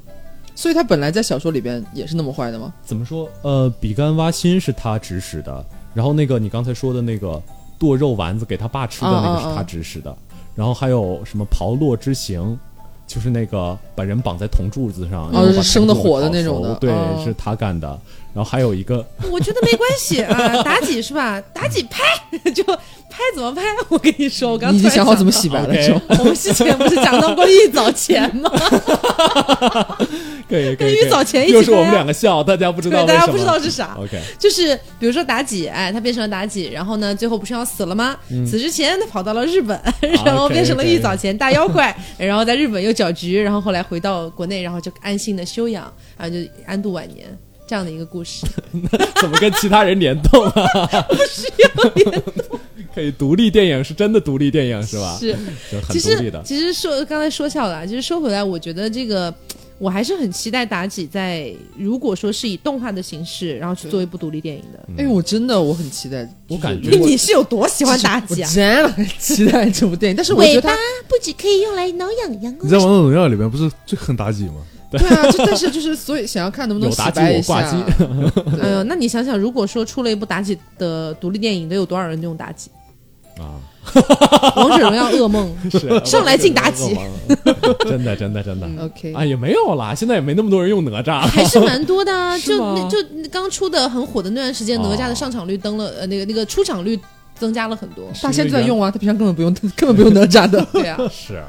D: 所以他本来在小说里边也是那么坏的吗？
B: 怎么说？呃，比干挖心是他指使的，然后那个你刚才说的那个剁肉丸子给他爸吃的那个
D: 嗯嗯
B: 是
D: 嗯
B: 他指使的，然后还有什么炮烙之刑。就是那个把人绑在铜柱子上，然后
D: 是
B: 把铜
D: 生的
B: 柱
D: 火的
B: 烤
D: 那种
B: 熟
D: 的
B: 对，
D: 哦
B: 是他干的。然后还有一个， [LAUGHS]
C: 我觉得没关系
D: [LAUGHS]
C: 啊，妲己是吧？妲己拍 [LAUGHS] 就拍怎么拍？我跟你说，我刚
D: 你已经
C: 突然
D: 想好怎么
C: 到
D: 洗白了
B: OK
D: 是吗？
C: [LAUGHS] 我们之前不是讲到过玉藻前
D: [LAUGHS]
C: 吗？
B: 对，
C: 跟玉藻前一起
B: 又是我们
C: 拍啊
B: 两个笑，大家不知
C: 对
B: 道，为
C: 大家
B: 什
C: 不知
B: 么
C: 道是啥。
B: OK，
C: 就是比如说妲己，哎，她变成了妲己，然后呢，最后不是要死了吗？
D: 嗯
C: 死之前她跑到了日本，
D: [LAUGHS]
C: 然
D: 啊
C: 后变成了玉藻前大妖怪， [LAUGHS] 然后在日本又搅局，然后后来回到国内，然后就安心的休养，然后就安度晚年。这样的一个故事，
B: 怎么跟其他人联 [LAUGHS] 动啊？ [LAUGHS] 可以独立电影是真的独立电影是吧？
D: [LAUGHS]
C: 是
B: 就是很
C: 其
B: 独立
C: 实
B: 的。
C: 其实说刚才说笑了啊，其实说回来，我觉得这个我还是很期待妲己在如果说是以动画的形式，然后去做一部独立电影的。
D: 哎，我真的我很期待，
B: 我感觉
C: 你你是有多喜欢妲己
D: 我
C: 啊？
D: 真的很 [LAUGHS] 期待这部电影，但是我觉得他
C: 不止可以用来挠痒痒哦
E: 你在王者荣耀里面不是最恨妲己吗？
D: 对啊，就但是就是所以想要看能不能
B: 有
D: 洗
B: 妲己
D: 白一
B: 我挂
D: 下
B: 机。
C: 哎呦，那你想想，如果说出了一部妲己的独立电影，得有多少人用妲己？
B: 啊，
C: [LAUGHS] 王者荣耀噩
B: [LAUGHS]
C: 梦，
B: 是
C: 上来进妲己，
B: [LAUGHS] 真的真的真的 [LAUGHS]
D: OK，
B: 啊，也没有啦，现在也没那么多人用哪吒，
C: 还是蛮多的啊。
D: 是
C: 就
D: 吗
C: 那就刚出的很火的那段时间，
B: 哦
C: 哪吒的上场率登了，呃，那个那个出场率增加了很
B: 哦
C: 多。
D: 大仙就在用啊，他平常根本不用， [LAUGHS] 根本不用哪吒的。
C: 对啊，
B: 是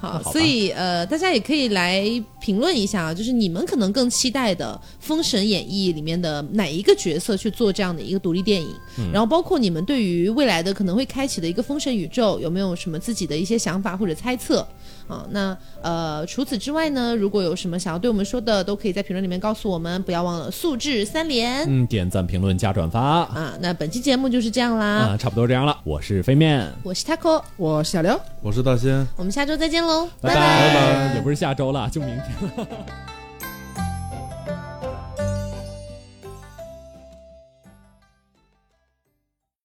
C: 好，
B: 好吧
C: 所以呃，大家也可以来评论一下啊，就是你们可能更期待的《封神演义》里面的哪一个角色去做这样的一个独立电影，
B: 嗯
C: 然后包括你们对于未来的可能会开启的一个封神宇宙有没有什么自己的一些想法或者猜测啊？那呃，除此之外呢，如果有什么想要对我们说的，都可以在评论里面告诉我们，不要忘了素质三连、
B: 嗯，点赞、评论、加转发
C: 啊。那本期节目就是这样啦，
B: 啊，差不多这样了，我是飞面，
C: 我是 taco，
D: 我小刘。
E: 我是大仙。
C: 我们下周再见喽，
B: 拜
C: 拜
B: 拜，也不是下周了，就明天。